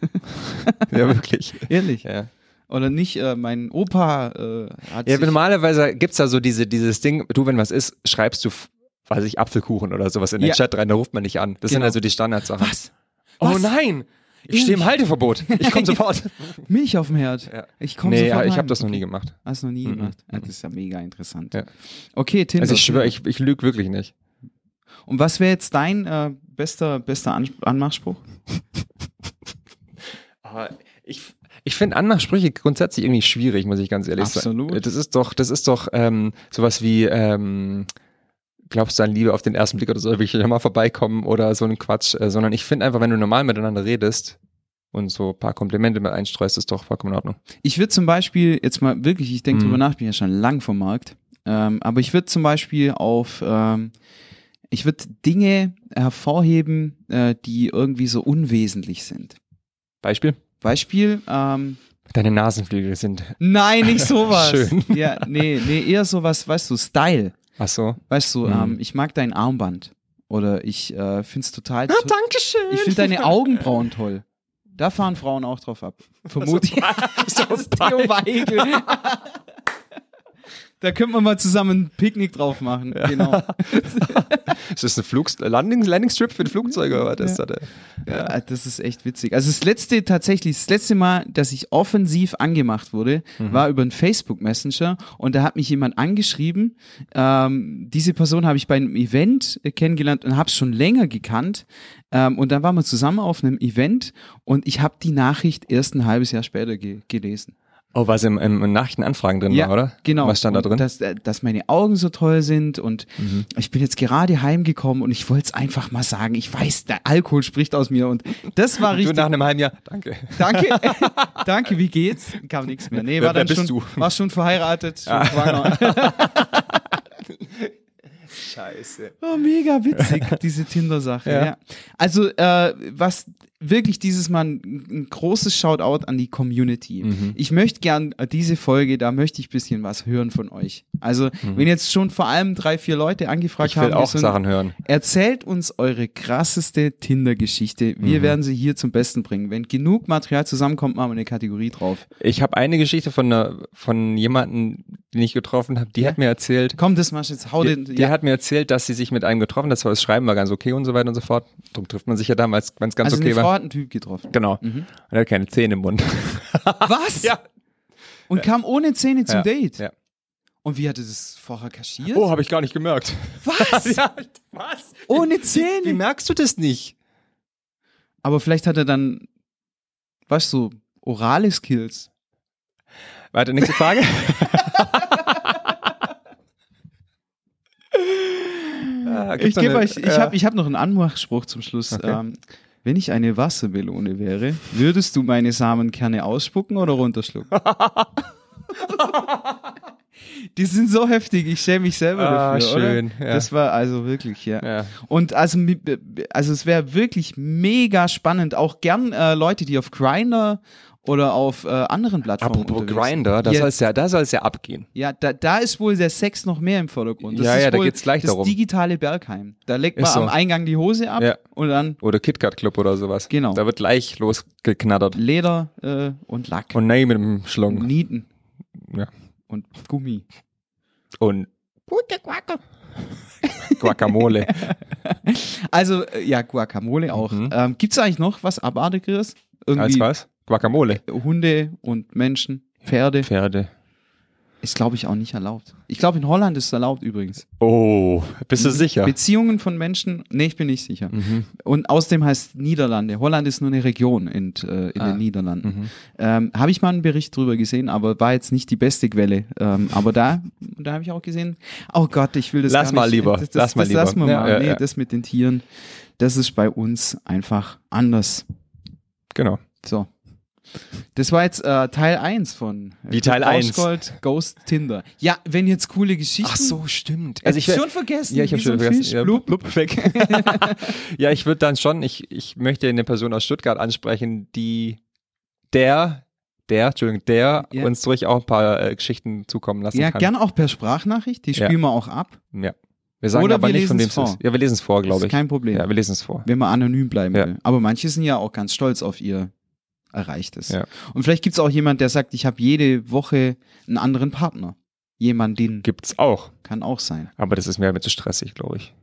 Speaker 2: ja, wirklich.
Speaker 1: Ehrlich.
Speaker 2: Ja.
Speaker 1: Oder nicht, äh, mein Opa äh, hat
Speaker 2: Ja,
Speaker 1: sich,
Speaker 2: aber normalerweise gibt's da so diese, dieses Ding, du, wenn was ist, schreibst du, f- weiß ich, Apfelkuchen oder sowas in den
Speaker 1: Ja.
Speaker 2: Chat rein, da ruft man nicht an. Das sind
Speaker 1: Genau.
Speaker 2: also die Standardsachen.
Speaker 1: Was?
Speaker 2: Oh
Speaker 1: Was?
Speaker 2: nein! Ich stehe im Halteverbot. Ich komme sofort.
Speaker 1: Milch auf dem Herd.
Speaker 2: Ja.
Speaker 1: Ich komme
Speaker 2: Nee,
Speaker 1: sofort
Speaker 2: ich
Speaker 1: heim.
Speaker 2: habe das noch nie gemacht. Mhm.
Speaker 1: Hast du noch nie gemacht? Ja, das ist ja mega interessant.
Speaker 2: Ja.
Speaker 1: Okay, Tinder.
Speaker 2: Also ich schwöre, ich, ich lüge wirklich nicht.
Speaker 1: Und was wäre jetzt dein äh, bester, bester An Anmachspruch?
Speaker 2: Aber Ah, ich, ich finde Anmachsprüche grundsätzlich irgendwie schwierig, muss ich ganz ehrlich sagen.
Speaker 1: Absolut.
Speaker 2: Das ist doch, das ist doch ähm, sowas wie, ähm, glaubst du an Liebe auf den ersten Blick oder soll ich nochmal vorbeikommen oder so ein Quatsch, äh, sondern ich finde einfach, wenn du normal miteinander redest und so ein paar Komplimente mit einstreust, ist doch vollkommen in Ordnung.
Speaker 1: Ich würde zum Beispiel, jetzt mal wirklich, ich denke
Speaker 2: Mhm.
Speaker 1: drüber nach, ich bin ja schon lang vom Markt, ähm, aber ich würde zum Beispiel auf, ähm, ich würde Dinge hervorheben, äh, die irgendwie so unwesentlich sind.
Speaker 2: Beispiel?
Speaker 1: Beispiel, ähm,
Speaker 2: Deine Nasenflügel sind,
Speaker 1: nein, nicht sowas.
Speaker 2: Schön.
Speaker 1: Ja, nee, nee, eher sowas, weißt du, Style.
Speaker 2: ach so.
Speaker 1: Weißt du,
Speaker 2: Mhm.
Speaker 1: ähm, ich mag dein Armband. Oder ich äh, find's total toll.
Speaker 2: Ah, Dankeschön.
Speaker 1: Ich find deine Augenbrauen toll. Da fahren Frauen auch
Speaker 2: Also
Speaker 1: drauf ab. Vermute ich.
Speaker 2: so
Speaker 1: Theo Weigel. Da könnte man mal zusammen ein Picknick drauf machen. Genau.
Speaker 2: Ist das ein Flug Landing, Landingstrip für die Flugzeuge oder was ist das? ey?
Speaker 1: Ja, Ah, das ist echt witzig. Also das letzte tatsächlich, das letzte Mal, dass ich offensiv angemacht wurde,
Speaker 2: Mhm.
Speaker 1: war über einen Facebook Messenger und da hat mich jemand angeschrieben. Ähm, diese Person habe ich bei einem Event äh, kennengelernt und habe es schon länger gekannt. Ähm, und dann waren wir zusammen auf einem Event und ich habe die Nachricht erst ein halbes Jahr später ge gelesen.
Speaker 2: Oh, was im, im Nachrichtenanfragen drin war, oder?
Speaker 1: Genau.
Speaker 2: Was stand da
Speaker 1: Und
Speaker 2: drin? Mhm.
Speaker 1: Dass, äh, dass meine Augen so toll sind und ich bin jetzt gerade heimgekommen und ich wollte es einfach mal sagen. Ich weiß, der Alkohol spricht aus mir und das war
Speaker 2: du
Speaker 1: richtig.
Speaker 2: nach einem halben Jahr. Danke.
Speaker 1: Danke, danke, wie geht's? Kam nichts mehr. Nee,
Speaker 2: Wer-
Speaker 1: war
Speaker 2: wer
Speaker 1: dann
Speaker 2: bist
Speaker 1: schon,
Speaker 2: du? Ah.
Speaker 1: war schon verheiratet, schon schwanger.
Speaker 2: Scheiße.
Speaker 1: Oh, mega witzig, diese Tinder-Sache. Ja. Also, äh, was wirklich dieses Mal ein, ein großes Shoutout an die Community.
Speaker 2: Mhm.
Speaker 1: Ich möchte gern äh, diese Folge, da möchte ich ein bisschen was hören von euch. Also, wenn jetzt schon vor allem drei, vier Leute angefragt
Speaker 2: Mhm. Ich
Speaker 1: haben,
Speaker 2: will auch
Speaker 1: die sind-
Speaker 2: Sachen hören.
Speaker 1: Erzählt uns eure krasseste Tinder-Geschichte.
Speaker 2: Mhm.
Speaker 1: Wir werden sie hier zum Besten bringen. Wenn genug Material zusammenkommt, machen wir eine Kategorie drauf.
Speaker 2: Ich habe eine Geschichte von, einer, von jemandem, den ich getroffen habe, die hat mir erzählt,
Speaker 1: Komm, das machst du jetzt. Hau
Speaker 2: die,
Speaker 1: Oh, den.
Speaker 2: die hat mir erzählt, dass sie sich mit einem getroffen hat, das war das Schreiben war ganz okay und so weiter und so fort. Darum trifft man sich ja damals, wenn es ganz
Speaker 1: also
Speaker 2: okay
Speaker 1: eine Frau Mhm.
Speaker 2: war.
Speaker 1: hat einen Typ getroffen.
Speaker 2: Genau. Und er hat keine Zähne im Mund.
Speaker 1: Was? Und kam ohne Zähne zum
Speaker 2: Ja,
Speaker 1: Date.
Speaker 2: ja.
Speaker 1: Und wie hatte das vorher kaschiert?
Speaker 2: Oh, habe ich gar nicht gemerkt.
Speaker 1: was?
Speaker 2: ja, was?
Speaker 1: Ohne
Speaker 2: Wie
Speaker 1: Oh, Zähne?
Speaker 2: merkst du das nicht?
Speaker 1: Aber vielleicht hat er dann, was so, orale Skills.
Speaker 2: Warte, nächste Frage. Ah, gibt's
Speaker 1: Ich
Speaker 2: noch
Speaker 1: gebe
Speaker 2: eine-
Speaker 1: euch, ich
Speaker 2: ja.
Speaker 1: habe ich hab noch einen Anmachspruch zum Schluss.
Speaker 2: Okay.
Speaker 1: Ähm, wenn ich eine Wassermelone wäre, würdest du meine Samenkerne ausspucken oder runterschlucken? Die sind so heftig, ich schäme mich selber
Speaker 2: Ah,
Speaker 1: dafür.
Speaker 2: schön,
Speaker 1: Oder?
Speaker 2: ja.
Speaker 1: Das war also wirklich, ja.
Speaker 2: Ja.
Speaker 1: Und also, mi- also es wäre wirklich mega spannend. Auch gern äh, Leute, die auf Grinder oder auf äh, anderen Plattformen.
Speaker 2: Apropos
Speaker 1: unterwegs sind.
Speaker 2: Grinder, das
Speaker 1: Ja.
Speaker 2: soll's ja, da soll es ja abgehen.
Speaker 1: Ja, da, da ist wohl der Sex noch mehr im Vordergrund.
Speaker 2: Ja,
Speaker 1: ist
Speaker 2: ja, da
Speaker 1: wohl
Speaker 2: geht's gleich
Speaker 1: das
Speaker 2: darum.
Speaker 1: digitale Bergheim. Da legt man
Speaker 2: Ist so.
Speaker 1: am Eingang die Hose ab
Speaker 2: Ja.
Speaker 1: und dann
Speaker 2: Oder KitKat Club oder sowas.
Speaker 1: Genau.
Speaker 2: Da wird gleich losgeknattert.
Speaker 1: Leder äh, und Lack
Speaker 2: Und nein, mit dem Schlong.
Speaker 1: Nieten
Speaker 2: Ja.
Speaker 1: und Gummi.
Speaker 2: Und Guacamole.
Speaker 1: Also, äh, ja, Guacamole auch.
Speaker 2: Mhm.
Speaker 1: Ähm, Gibt es eigentlich noch was Abartigeres?
Speaker 2: Als
Speaker 1: Irgendwie
Speaker 2: was? Guacamole.
Speaker 1: Hunde und Menschen, Pferde.
Speaker 2: Pferde.
Speaker 1: Ist, glaube ich, auch nicht erlaubt. Ich glaube, in Holland ist es erlaubt übrigens.
Speaker 2: Oh, bist du sicher?
Speaker 1: Beziehungen von Menschen, nee, ich bin nicht sicher.
Speaker 2: Mhm.
Speaker 1: Und außerdem heißt Niederlande. Holland ist nur eine Region in, äh, in
Speaker 2: Ah.
Speaker 1: den Niederlanden.
Speaker 2: Mhm.
Speaker 1: Ähm, habe ich mal einen Bericht drüber gesehen, aber war jetzt nicht die beste Quelle. Ähm, aber da, da habe ich auch gesehen, oh Gott, ich will das
Speaker 2: Lass
Speaker 1: gar
Speaker 2: mal
Speaker 1: nicht.
Speaker 2: lieber,
Speaker 1: Das, das,
Speaker 2: lass mal
Speaker 1: das lassen wir
Speaker 2: lieber.
Speaker 1: mal.
Speaker 2: Ja, ja,
Speaker 1: nee,
Speaker 2: ja.
Speaker 1: das mit den Tieren, das ist bei uns einfach anders.
Speaker 2: Genau.
Speaker 1: So. Das war jetzt äh, Teil 1 von
Speaker 2: Wie Teil eins?
Speaker 1: Gold, Ghost Tinder. Ja, wenn jetzt coole Geschichten.
Speaker 2: stimmt.
Speaker 1: Also ich
Speaker 2: wär-
Speaker 1: schon vergessen.
Speaker 2: Ja, ich habe
Speaker 1: wie so ein
Speaker 2: schon vergessen.
Speaker 1: Fisch.
Speaker 2: ja,
Speaker 1: Blub.
Speaker 2: blub, blub, weg. ja, ich würde dann schon, ich, ich möchte eine Person aus Stuttgart ansprechen, die der, der, Entschuldigung, der
Speaker 1: Ja.
Speaker 2: uns ruhig auch ein paar äh, Geschichten zukommen lassen
Speaker 1: Ja,
Speaker 2: kann.
Speaker 1: gerne auch per Sprachnachricht. Die
Speaker 2: Ja.
Speaker 1: spielen wir auch ab.
Speaker 2: Ja. Wir sagen
Speaker 1: Oder
Speaker 2: aber
Speaker 1: wir
Speaker 2: nicht, von wem
Speaker 1: lesen's
Speaker 2: es ist.
Speaker 1: vor.
Speaker 2: Ja, wir lesen es vor, glaube
Speaker 1: Ist
Speaker 2: ich.
Speaker 1: kein Problem.
Speaker 2: Ja, wir lesen es vor.
Speaker 1: Wenn man anonym bleiben
Speaker 2: Ja.
Speaker 1: will. Aber manche sind ja auch ganz stolz auf ihr Erreichtes.
Speaker 2: Ja.
Speaker 1: Und vielleicht gibt es auch jemand, der sagt, ich habe jede Woche einen anderen Partner. Jemand, den
Speaker 2: Gibt's auch.
Speaker 1: kann auch sein.
Speaker 2: Aber das ist mir halt mit zu stressig, glaube ich.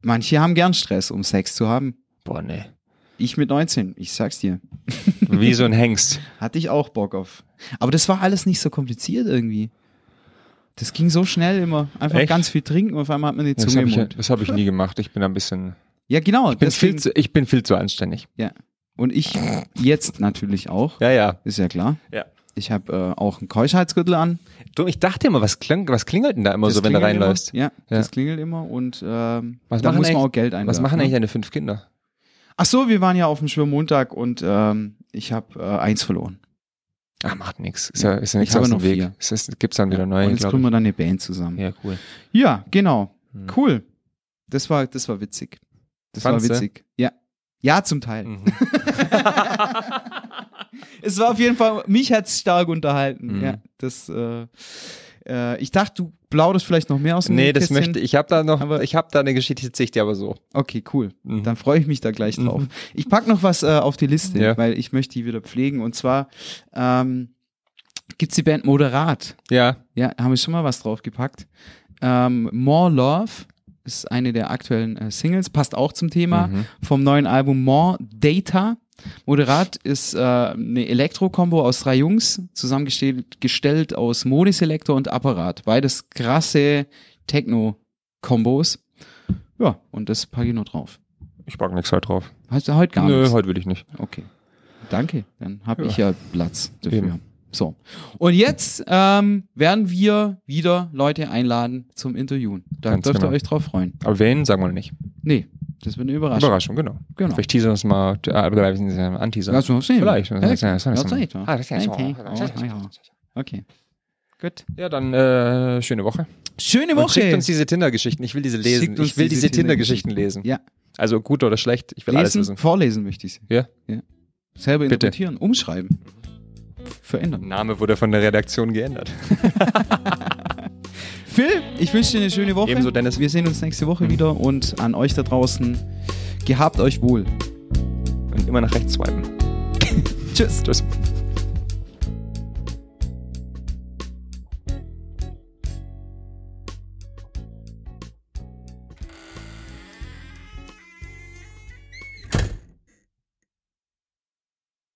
Speaker 1: Manche haben gern Stress, um Sex zu haben.
Speaker 2: Boah, nee.
Speaker 1: Ich mit 19, ich sag's dir.
Speaker 2: Wie so ein Hengst.
Speaker 1: Hatte ich auch Bock auf. Aber das war alles nicht so kompliziert irgendwie. Das ging so schnell immer. Einfach
Speaker 2: Echt?
Speaker 1: ganz viel trinken und auf einmal hat man die
Speaker 2: Das
Speaker 1: Zunge
Speaker 2: habe
Speaker 1: im
Speaker 2: ich, ja-
Speaker 1: Mund.
Speaker 2: das hab ich nie gemacht. Ich bin ein bisschen.
Speaker 1: Ja, genau.
Speaker 2: Bin viel
Speaker 1: deswegen-
Speaker 2: zu, ich bin viel zu anständig.
Speaker 1: ja. Und ich jetzt natürlich auch.
Speaker 2: Ja, ja.
Speaker 1: Ist ja klar.
Speaker 2: Ja.
Speaker 1: Ich habe äh, auch einen Keuschheitsgürtel an.
Speaker 2: Du, ich dachte immer, was, kling, was klingelt denn da immer
Speaker 1: Das
Speaker 2: so, wenn du
Speaker 1: klingelt
Speaker 2: reinläufst?
Speaker 1: Immer. Ja,
Speaker 2: Ja.
Speaker 1: das klingelt immer und ähm,
Speaker 2: Was
Speaker 1: da
Speaker 2: machen
Speaker 1: muss man
Speaker 2: eigentlich-
Speaker 1: auch Geld einwerfen.
Speaker 2: Was machen eigentlich
Speaker 1: ne?
Speaker 2: deine fünf Kinder?
Speaker 1: Ach so, wir waren ja auf dem Schwimmmontag und ähm, ich habe äh, eins verloren.
Speaker 2: Ah, macht nix. Ist ja, ist ja nichts
Speaker 1: Jetzt haben
Speaker 2: aus
Speaker 1: wir
Speaker 2: dem
Speaker 1: noch
Speaker 2: Weg.
Speaker 1: vier.
Speaker 2: Es ist, gibt's dann wieder
Speaker 1: und
Speaker 2: neue,
Speaker 1: jetzt gründen
Speaker 2: glaube
Speaker 1: wir dann eine Band zusammen.
Speaker 2: ich.
Speaker 1: Ja,
Speaker 2: Ja, cool.
Speaker 1: genau.
Speaker 2: Mhm.
Speaker 1: Cool. Das war, das war witzig. Das
Speaker 2: Fandst
Speaker 1: war
Speaker 2: du? Hm.
Speaker 1: witzig. Ja. Ja, zum Teil. es war auf jeden Fall, mich hat's stark unterhalten.
Speaker 2: Mhm.
Speaker 1: Ja, das, äh, äh, ich dachte, du plauderst vielleicht noch mehr aus dem
Speaker 2: Nee, das
Speaker 1: Nähkästchen.
Speaker 2: möchte ich. habe da noch,
Speaker 1: Aber-
Speaker 2: ich habe da eine Geschichte, die erzähl ich dir aber so.
Speaker 1: Okay, cool.
Speaker 2: Mhm.
Speaker 1: Dann freue ich mich da gleich drauf. Ich pack noch was äh, auf die Liste,
Speaker 2: Ja.
Speaker 1: weil ich möchte die wieder pflegen. Und zwar ähm, gibt's die Band Moderat.
Speaker 2: Ja.
Speaker 1: Ja, haben wir schon mal was draufgepackt. Ähm, More Love ist eine der aktuellen äh, Singles, passt auch zum Thema
Speaker 2: Mhm.
Speaker 1: vom neuen Album More Data. Moderat ist äh, eine Elektro-Kombo aus drei Jungs, zusammengestellt gestellt aus Modeselektor und Apparat. Beides krasse Techno-Kombos. Ja, und das packe ich noch drauf.
Speaker 2: Ich pack nichts heute drauf.
Speaker 1: Hast du heute gar
Speaker 2: Nö,
Speaker 1: nichts?
Speaker 2: heute will ich nicht.
Speaker 1: Okay. Danke, dann habe
Speaker 2: Ja.
Speaker 1: ich ja Platz dafür.
Speaker 2: Eben.
Speaker 1: So. Und jetzt ähm, werden wir wieder Leute einladen zum Interviewen. Da
Speaker 2: Ganz
Speaker 1: dürft
Speaker 2: genau.
Speaker 1: ihr euch drauf freuen.
Speaker 2: Aber wen sagen wir nicht?
Speaker 1: Nee, das wird eine Überraschung.
Speaker 2: Überraschung, genau.
Speaker 1: Genau.
Speaker 2: Vielleicht teasern wir es mal, äh, aber wir sind Anteaser.
Speaker 1: Lass mal sehen.
Speaker 2: Vielleicht.
Speaker 1: Ja,
Speaker 2: Ja, das
Speaker 1: klar.
Speaker 2: ist ja- das ist ja-
Speaker 1: Ja, sicher.
Speaker 2: Ah, das ist ja-
Speaker 1: Okay. Ja, ja. Okay. Gut.
Speaker 2: Ja, dann äh, schöne Woche.
Speaker 1: Schöne
Speaker 2: Und schickt
Speaker 1: Woche.
Speaker 2: uns diese Tinder-Geschichten. Ich will diese
Speaker 1: Schickt
Speaker 2: lesen.
Speaker 1: uns
Speaker 2: Ich will
Speaker 1: diese
Speaker 2: diese Tinder-Geschichten lesen.
Speaker 1: Ja.
Speaker 2: Also gut oder schlecht, ich will alles
Speaker 1: Lesen,
Speaker 2: wissen.
Speaker 1: vorlesen möchte ich sie.
Speaker 2: Ja.
Speaker 1: Selber
Speaker 2: Bitte.
Speaker 1: interpretieren, umschreiben. Verändern.
Speaker 2: Name wurde von der Redaktion geändert.
Speaker 1: Phil, ich wünsche dir eine schöne Woche.
Speaker 2: Ebenso, Dennis.
Speaker 1: Wir sehen uns nächste Woche wieder und an euch da draußen, gehabt euch wohl.
Speaker 2: Und immer nach rechts swipen.
Speaker 1: Tschüss.
Speaker 2: Tschüss.